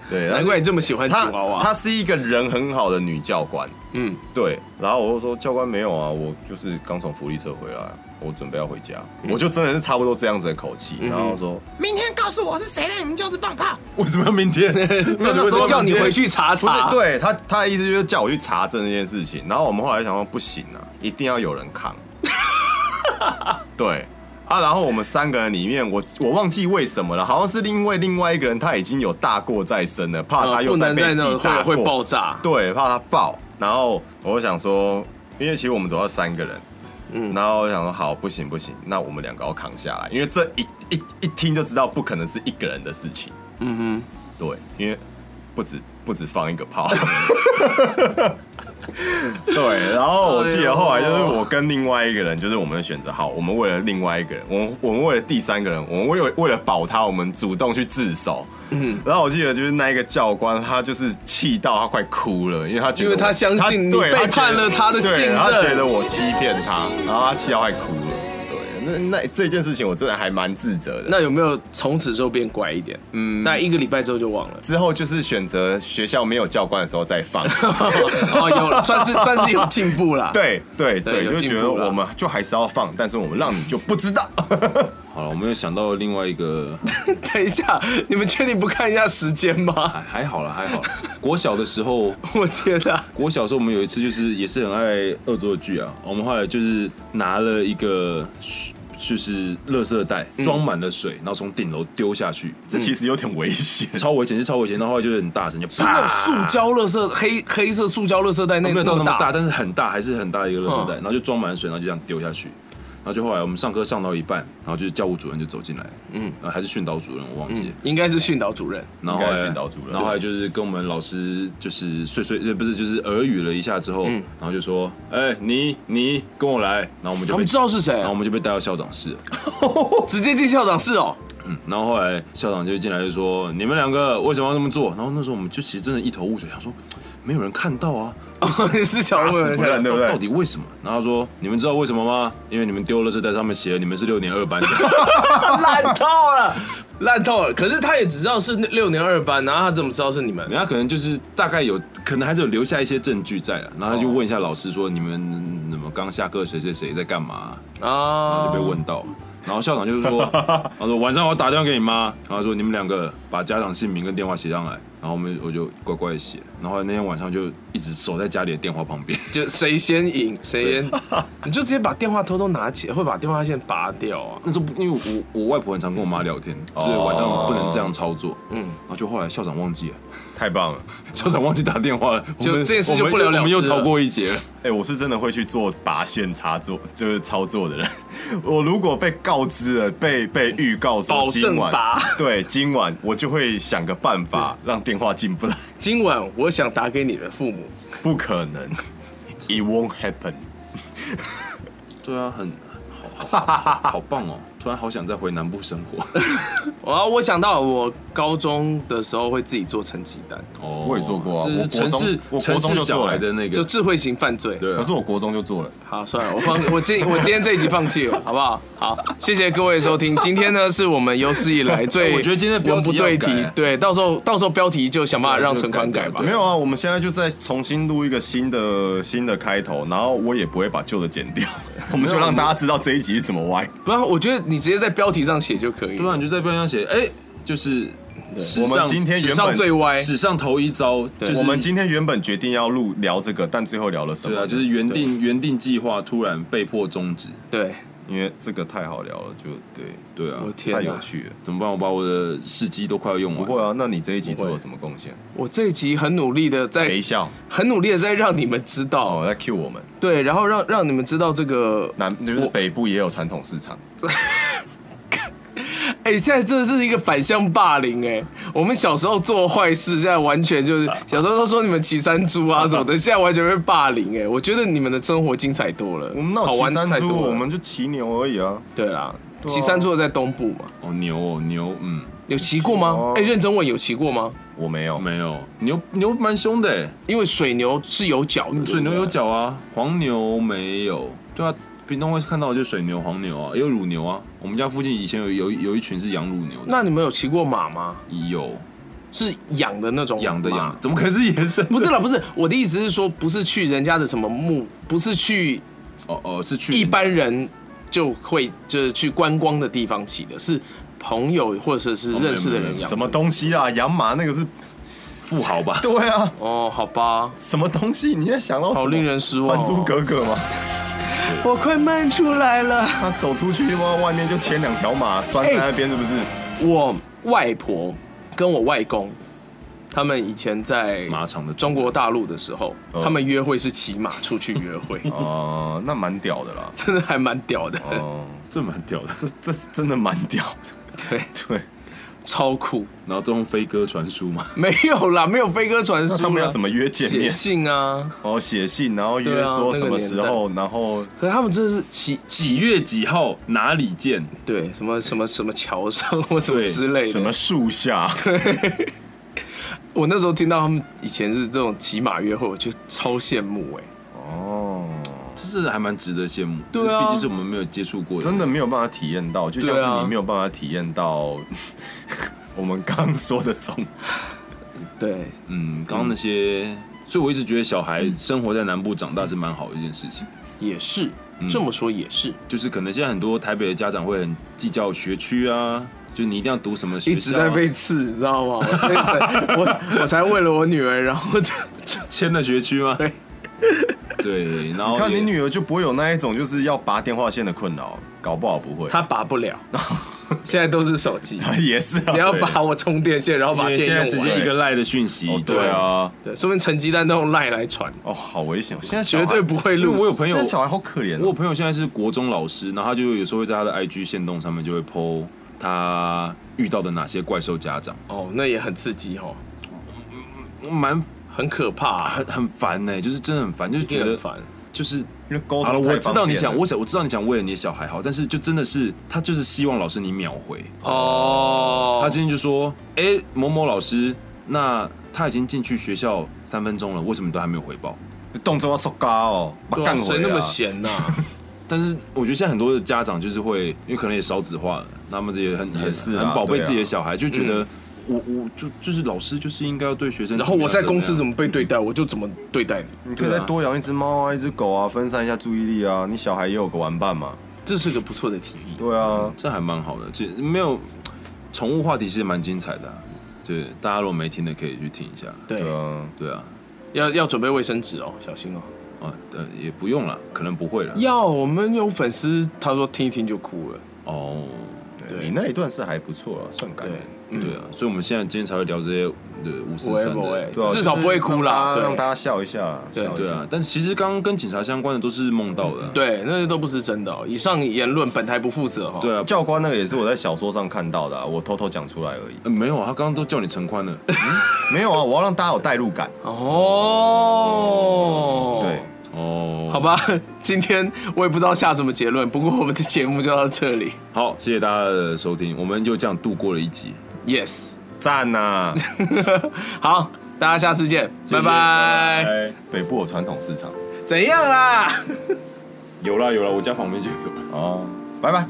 Speaker 3: 对，
Speaker 4: 难怪你这么喜欢吉
Speaker 3: 他
Speaker 4: 娃娃。
Speaker 3: 他是一个人很好的女教官，
Speaker 4: 嗯，
Speaker 3: 对，然后我就说教官没有啊，我就是刚从福利社回来，我准备要回家，
Speaker 4: 嗯
Speaker 3: 我就真的是差不多这样子的口气，然后说
Speaker 5: 明天告诉我是谁让你们就是放炮。
Speaker 1: 为什么要明天？
Speaker 3: 那时候
Speaker 4: 叫你回去查
Speaker 3: 不是
Speaker 4: 查。，
Speaker 3: 对啊他他的意思就是叫我去查证这件事情，然后我们后来想说不行啊，一定要有人 扛，对。啊，然后我们三个人里面，我我忘记为什么了，好像是因为另外一个人他已经有大过在身了，怕他
Speaker 4: 呃、
Speaker 3: 又
Speaker 4: 不能
Speaker 3: 被
Speaker 4: 在
Speaker 3: 记
Speaker 4: 那
Speaker 3: 大
Speaker 4: 会会
Speaker 3: 过，
Speaker 4: 爆炸。
Speaker 3: 对，怕他爆。然后我就想说，因为其实我们主要三个人，
Speaker 4: 嗯
Speaker 3: 嗯，然后我想说，好，不行不行，那我们两个要扛下来，因为这一一一听就知道不可能是一个人的事情，
Speaker 4: 嗯
Speaker 3: 对，因为不止不止放一个炮。 对，然后我记得后来就是我跟另外一个人，就是我们选择好，我们为了另外一个人，我们我们为了第三个人，我们为了为了保他，我们主动去自首。嗯，然后我记得就是那一个教官，他就是气到他快哭了，因为他觉
Speaker 4: 哼，因
Speaker 3: 得
Speaker 4: 为他
Speaker 3: 我
Speaker 4: 相信你
Speaker 3: 对
Speaker 4: 背
Speaker 3: 他觉
Speaker 4: 叛
Speaker 3: 得
Speaker 4: 了他的信
Speaker 3: 对，他觉得
Speaker 4: 任。
Speaker 3: 我欺骗他，然后他气到快哭了。对，那那这件事情我真的还蛮自责的。
Speaker 4: 那有没有从此之后变乖一点？嗯，大概一个礼拜之后就忘了。
Speaker 3: 之后就是选择学校没有教官的时候再放。
Speaker 4: 哦，有算是算是有进步啦。，
Speaker 3: 对对
Speaker 4: 对
Speaker 3: 对，
Speaker 4: 有
Speaker 3: 就
Speaker 4: 进
Speaker 3: 觉得
Speaker 4: 步啦
Speaker 3: 我们就还是要放，但是我们让你就不知 道。
Speaker 1: 好了，我们又想到另外一个，
Speaker 4: 等一下，你们确定不看一下时间吗？
Speaker 1: 还还好了，还好啦。国小的时候，
Speaker 4: 我天哪、
Speaker 1: 国小的时候我们有一次就是也是很爱恶作剧啊，我们后来就是拿了一个就是垃圾袋装满了水，然后从顶楼丢下去，
Speaker 3: 这其实有点危险。
Speaker 4: 嗯
Speaker 1: 超危险是超危险，然后后来就是很大声，就是
Speaker 4: 那种塑胶垃圾黑黑色塑胶垃圾袋那
Speaker 1: 没有到那
Speaker 4: 么
Speaker 1: 么大，
Speaker 4: 大，
Speaker 1: 但是很大，还是很大的一个垃圾袋，
Speaker 4: 嗯
Speaker 1: 然后就装满水，然后就这样丢下去，然后就后来我们上课上到一半，然后就是教务主任就走进来，嗯，呃还是训导主任，我忘记了。
Speaker 4: 应该是训导主任。
Speaker 1: 然后
Speaker 3: 应
Speaker 1: 后
Speaker 3: 该
Speaker 1: 来
Speaker 3: 是岛主任
Speaker 1: 然后后来就是跟我们老师就是碎碎，呃不是就是耳语了一下之后，
Speaker 4: 嗯
Speaker 1: 然后就说，哎、你你跟我来，然后我们就
Speaker 4: 他
Speaker 1: 被
Speaker 4: 们知道是谁啊
Speaker 1: 然后我，们就被带到校长室了。
Speaker 4: 哦直接进校长室哦。
Speaker 1: 嗯，然后后来校长就进来就说，你们两个为什么要这么做？然后那时候我们就其实真的一头雾水，想说没有人看到啊，
Speaker 4: 哦 是小
Speaker 3: 打死
Speaker 4: 人
Speaker 3: 不认对不
Speaker 1: 到
Speaker 3: 对？
Speaker 1: 底为什么？然后他说你们知道为什么吗？因为你们丢垃圾袋上面写了你们是六年二班 的。
Speaker 4: 烂透了，烂透了。可是他也只知道是六年二班，然后他怎么知道是你们？
Speaker 1: 人家可能就是大概有，可能还是有留下一些证据在了，然后他就
Speaker 4: 哦
Speaker 1: 问一下老师说：“你们怎么刚下课？谁谁谁在干嘛？”然
Speaker 4: 啊
Speaker 1: 后就被问到，然后校长就是 说：“他说晚上我打电话给你妈，然后说你们两个把家长姓名跟电话写上来。”然后我们我就乖乖地写，然后那天晚上就一直守在家里的电话旁边。
Speaker 4: 就谁先赢谁先， 你就直接把电话偷偷拿起来，会把电话线拔掉啊。
Speaker 1: 那时候不因为我我外婆很常跟我妈聊天，所以晚上不能这样操
Speaker 3: 哦
Speaker 1: 作。嗯，然后就后来校长忘记了，
Speaker 3: 太棒了！
Speaker 1: 校长忘记打电话了，
Speaker 4: 就
Speaker 1: 我们
Speaker 4: 这件事就
Speaker 1: 我们
Speaker 4: 不了了之了
Speaker 1: 我们又逃过一劫了。
Speaker 3: 哎、我是真的会去做拔线插座，就是操作的人。 我如果被告知了，被被预告
Speaker 4: 保
Speaker 3: 说
Speaker 4: 证
Speaker 3: 今晚
Speaker 4: 拔，
Speaker 3: 对，今晚我就会想个办法让电话进不来。
Speaker 4: 今晚我想打给你的父母，
Speaker 3: 不可能，It won't happen。
Speaker 1: 对啊，很好 好好好棒哦！突然好想再回南部生活。
Speaker 4: 啊，我想到我高中的时候会自己做成绩单，
Speaker 1: 哦
Speaker 3: 我也做过啊
Speaker 1: 这是城市
Speaker 3: 我国中我国
Speaker 1: 城
Speaker 3: 中
Speaker 1: 市
Speaker 3: 就
Speaker 1: 小
Speaker 3: 做了
Speaker 1: 孩的那个，
Speaker 4: 就智慧型犯罪。
Speaker 1: 对啊。
Speaker 3: 可是我国中就做了。
Speaker 4: 好，算了，我放我今我今天这一集放弃了，好不好？好，谢谢各位收听。今天呢，是我们有史以来最
Speaker 1: 哎我觉得今天的标
Speaker 4: 文
Speaker 1: 题
Speaker 4: 不对
Speaker 1: 要
Speaker 4: 题
Speaker 1: 改，
Speaker 4: 对，到时候到时候标题就想办法让陈宽改吧
Speaker 1: 对
Speaker 3: 没。有啊，我们现在就再重新录一个新的新的开头，然后我也不会把旧的剪掉，
Speaker 4: 啊
Speaker 3: 我们就让大家知道这一集是怎么歪。
Speaker 4: 不然我觉得你直接在标题上写就可以
Speaker 1: 对
Speaker 4: 了。
Speaker 1: 啊，你就在标题上写，哎，就是史
Speaker 3: 我
Speaker 1: 上
Speaker 3: 们今天
Speaker 4: 史
Speaker 3: 原
Speaker 4: 上
Speaker 3: 本
Speaker 4: 最歪，
Speaker 1: 史上头一招，就是
Speaker 3: 我们今天原本决定要录聊这个，但最后聊了什么
Speaker 1: 对
Speaker 3: 呢？
Speaker 1: 啊，就是原定原定计划突然被迫终止，
Speaker 4: 对，
Speaker 3: 因为这个太好聊了，就对，
Speaker 1: 对啊
Speaker 4: 我，天
Speaker 3: 太有
Speaker 4: 哪！
Speaker 3: 趣了。
Speaker 1: 怎么办？我把我的事机都快要用
Speaker 3: 不
Speaker 1: 完，
Speaker 3: 会啊，那你这一集
Speaker 1: 不会
Speaker 3: 做了什么贡献？
Speaker 4: 我这一集很努力的
Speaker 3: 陪
Speaker 4: 在，
Speaker 3: 笑
Speaker 4: 很努力的在让你们知道，
Speaker 3: 哦，在 cue 我们
Speaker 4: 对，然后让让你们知道这个
Speaker 3: 南就是北部也有传统市场，
Speaker 4: 哎、现在这是一个反向霸凌哎、我们小时候做坏事，现在完全就是
Speaker 3: 啊
Speaker 4: 小时候都说你们骑山猪啊什么 的，现在完全被霸凌哎、我觉得你们的生活精彩多了，
Speaker 3: 我们那
Speaker 4: 好
Speaker 3: 有骑
Speaker 4: 玩太
Speaker 3: 山猪，
Speaker 4: 多了。
Speaker 3: 我们就骑牛而已啊。
Speaker 4: 对啦，
Speaker 3: 对啊
Speaker 4: 骑、山猪的在东部嘛，
Speaker 1: 哦牛哦牛，嗯，
Speaker 4: 有骑过吗
Speaker 3: 有？
Speaker 4: 哎、认真问有骑过吗？
Speaker 3: 我没有，
Speaker 1: 没有牛牛蛮凶的欸，
Speaker 4: 因为水牛是有脚
Speaker 3: 嗯
Speaker 4: 的，
Speaker 1: 水牛
Speaker 4: 对
Speaker 1: 有
Speaker 4: 不对，
Speaker 1: 角啊，黄牛没有，对啊。屏东会看到的就是水牛、黄牛啊，也有乳牛啊。我们家附近以前有有有一群是养乳牛的，
Speaker 4: 那你们有骑过马吗？
Speaker 1: 有
Speaker 4: 是养的那种
Speaker 1: 养的
Speaker 4: 马
Speaker 1: 养的，怎么可能是野生？
Speaker 4: 不是啦，不是我的意思是说，不是去人家的什么墓，不是去
Speaker 1: 哦哦，是去
Speaker 4: 一般人就会就是去观光的地方骑的，是朋友或者是认识的人养
Speaker 3: 什。么东西啊？养马那个是
Speaker 1: 富豪吧？
Speaker 3: 对啊，
Speaker 4: 哦，好吧，
Speaker 3: 什么东西？你在想到什么
Speaker 4: 好令人失望哦
Speaker 3: 还珠格格》吗？
Speaker 4: 我快闷出来了。
Speaker 3: 他走出去吗？外面就牵两条马，拴在那边是不是？
Speaker 4: 我外婆跟我外公，他们以前在
Speaker 1: 马场的
Speaker 4: 中国大陆的时候，
Speaker 3: 哦
Speaker 4: 他们约会是骑马出去约会，
Speaker 3: 哦，那蛮屌的啦。
Speaker 4: 真的还蛮屌的，
Speaker 3: 哦，
Speaker 1: 这蛮屌的。
Speaker 3: 这这是真的蛮屌的。
Speaker 4: 对，
Speaker 3: 对，
Speaker 4: 超酷。
Speaker 1: 然后都用飞鸽传书嘛，
Speaker 4: 没有啦，没有飞鸽传书
Speaker 3: 那
Speaker 4: 啦，
Speaker 3: 他们要怎么约见
Speaker 4: 写
Speaker 3: 面？
Speaker 4: 信啊？
Speaker 3: 哦，写信，然后
Speaker 4: 对
Speaker 3: 约
Speaker 4: 啊
Speaker 3: 说
Speaker 4: 那个
Speaker 3: 什么时候，然后
Speaker 4: 可是他们真的是骑
Speaker 1: 几月几号哪里见？
Speaker 4: 对什么什么什么桥上或什么
Speaker 1: 对
Speaker 4: 之类的，
Speaker 3: 什么 树下，
Speaker 4: 我那时候听到他们以前是这种骑马约会，我就超羡慕哎、
Speaker 3: 哦，
Speaker 1: 就是还蛮值得羡慕。
Speaker 4: 对啊
Speaker 1: 就是毕竟是我们没有接触过的，
Speaker 3: 真的没有办法体验到，就像
Speaker 4: 对啊
Speaker 3: 是你没有办法体验到 我们刚刚说的种子。
Speaker 4: 对，
Speaker 1: 嗯，刚刚那些，所以我一直觉得小孩生活在南部长大是蛮好的一件事情。
Speaker 4: 也是、这么说也是，
Speaker 1: 就是可能现在很多台北的家长会很计较学区啊，就你一定要读什么
Speaker 4: 一
Speaker 1: 学
Speaker 4: 直
Speaker 1: 校、
Speaker 4: 在
Speaker 1: 啊，
Speaker 4: 被刺，你知道吗？我所以 才我我才为了我女儿，然后 就就
Speaker 1: 签了学区吗？
Speaker 4: 对
Speaker 1: 对，然后
Speaker 3: 看
Speaker 1: 也
Speaker 3: 你女儿就不会有那一种就是要拔电话线的困扰，搞不好不会。
Speaker 4: 她拔不了， 现在都是手 机，
Speaker 3: 也是啊，
Speaker 4: 你要
Speaker 3: 对
Speaker 4: 把我充电线，然后
Speaker 1: 因
Speaker 4: 把
Speaker 1: 为
Speaker 4: 电
Speaker 1: 现
Speaker 4: 用
Speaker 1: 在
Speaker 4: 完。
Speaker 1: 直接一个赖的讯息
Speaker 3: 哦，
Speaker 1: 就
Speaker 3: 对啊，
Speaker 4: 对，说明成绩单都用赖来传，
Speaker 3: 哦，好危险！现在小
Speaker 4: 绝
Speaker 3: 孩
Speaker 4: 对不会录。
Speaker 1: 因为我有朋友
Speaker 3: 现在小孩好可怜
Speaker 1: 我有
Speaker 3: 哦。
Speaker 1: 朋友现在是国中老师，然后他就有时候会在他的 IG 线动上面就会 PO 他遇到的哪些怪兽家长，
Speaker 4: 哦，那也很刺激哦，
Speaker 1: 蛮
Speaker 4: 很可怕、啊，
Speaker 1: 很很烦呢、就是真的很烦，就是
Speaker 4: 一定
Speaker 1: 觉
Speaker 4: 很
Speaker 1: 得
Speaker 4: 烦。
Speaker 1: 就是。
Speaker 3: 因为沟
Speaker 1: 好了，
Speaker 3: 通
Speaker 1: 我
Speaker 3: 太
Speaker 1: 知
Speaker 3: 方
Speaker 1: 道你
Speaker 3: 便
Speaker 1: 想，
Speaker 3: 了
Speaker 1: 我想我知道你想为了你的小孩好，但是就真的是他就是希望老师你秒回。
Speaker 4: 哦，
Speaker 1: 他今天就说：“哎、某某老师，那他已经进去学校三分钟了，为什么你都还没有回报
Speaker 3: 动作要收嘎哦，把
Speaker 4: 对啊
Speaker 3: 干回
Speaker 4: 谁
Speaker 3: 来
Speaker 4: 那么闲呐、？”
Speaker 1: 但是我觉得现在很多的家长就是会，因为可能也少子化了，他们也很
Speaker 3: 也
Speaker 1: 很
Speaker 3: 是啊
Speaker 1: 很宝贝
Speaker 3: 对啊
Speaker 1: 自己的小孩，就觉得我我就就是老师就是应该要对学生怎
Speaker 4: 然
Speaker 1: 么
Speaker 4: 后
Speaker 1: 样。
Speaker 4: 我在公司
Speaker 1: 怎
Speaker 4: 怎
Speaker 1: 么
Speaker 4: 么被对待，我就怎么对待你，
Speaker 3: 你可以再多养一只猫啊，一只狗啊，分散一下注意力啊。你小孩也有个玩伴嘛。
Speaker 4: 这是个不错的提议。
Speaker 3: 对啊
Speaker 1: 样，这还蛮好的，其实没有宠物话题其实蛮精彩的、啊，对大家如果没听的可以去听一下。
Speaker 4: 对，
Speaker 3: 对啊，
Speaker 1: 对啊，
Speaker 4: 要要准备卫生纸哦，小心哦。
Speaker 1: 啊呃也不用了，可能不会了。
Speaker 4: 要，我们有粉丝他说听一听就哭了。
Speaker 1: 哦，
Speaker 4: 对
Speaker 3: 啊你那一段是还不错了，算感
Speaker 4: 对
Speaker 3: 人。，
Speaker 1: 对啊，所以我们现在今天才会聊这些呃五四
Speaker 4: 不会
Speaker 1: 三
Speaker 4: 不会
Speaker 1: 的。
Speaker 3: 对啊，
Speaker 4: 至少不会哭啦
Speaker 3: 就是让
Speaker 4: 对
Speaker 3: 大家让大家笑一下啦。
Speaker 4: 对
Speaker 3: 笑一
Speaker 1: 对
Speaker 3: 下
Speaker 1: 啊，，但其实刚刚跟警察相关的都是梦到的、啊。
Speaker 4: 对，那些都不是真的哦。以上言论本台不负责哦哈。
Speaker 1: 对啊，
Speaker 3: 教官那个也是我在小说上看到的啊，我偷偷讲出来而已。
Speaker 1: 呃没有啊，他刚刚都叫你陈宽了。
Speaker 3: 没有啊，我要让大家有代入感。
Speaker 4: 哦，
Speaker 3: 对，
Speaker 1: 哦，
Speaker 4: 好，吧， 今天我也不知道下什么结论，不过我们的节目就到这里。
Speaker 1: 好，谢谢大家的收听，我们就这样度过了一集，
Speaker 4: Yes，
Speaker 3: 赞啊呐！
Speaker 4: 好，大家下次见，拜拜。
Speaker 1: 拜。
Speaker 3: 北部有传统市场
Speaker 4: 怎样啦？
Speaker 1: 有啦有啦，我家旁边就有了。
Speaker 3: 哦，拜拜。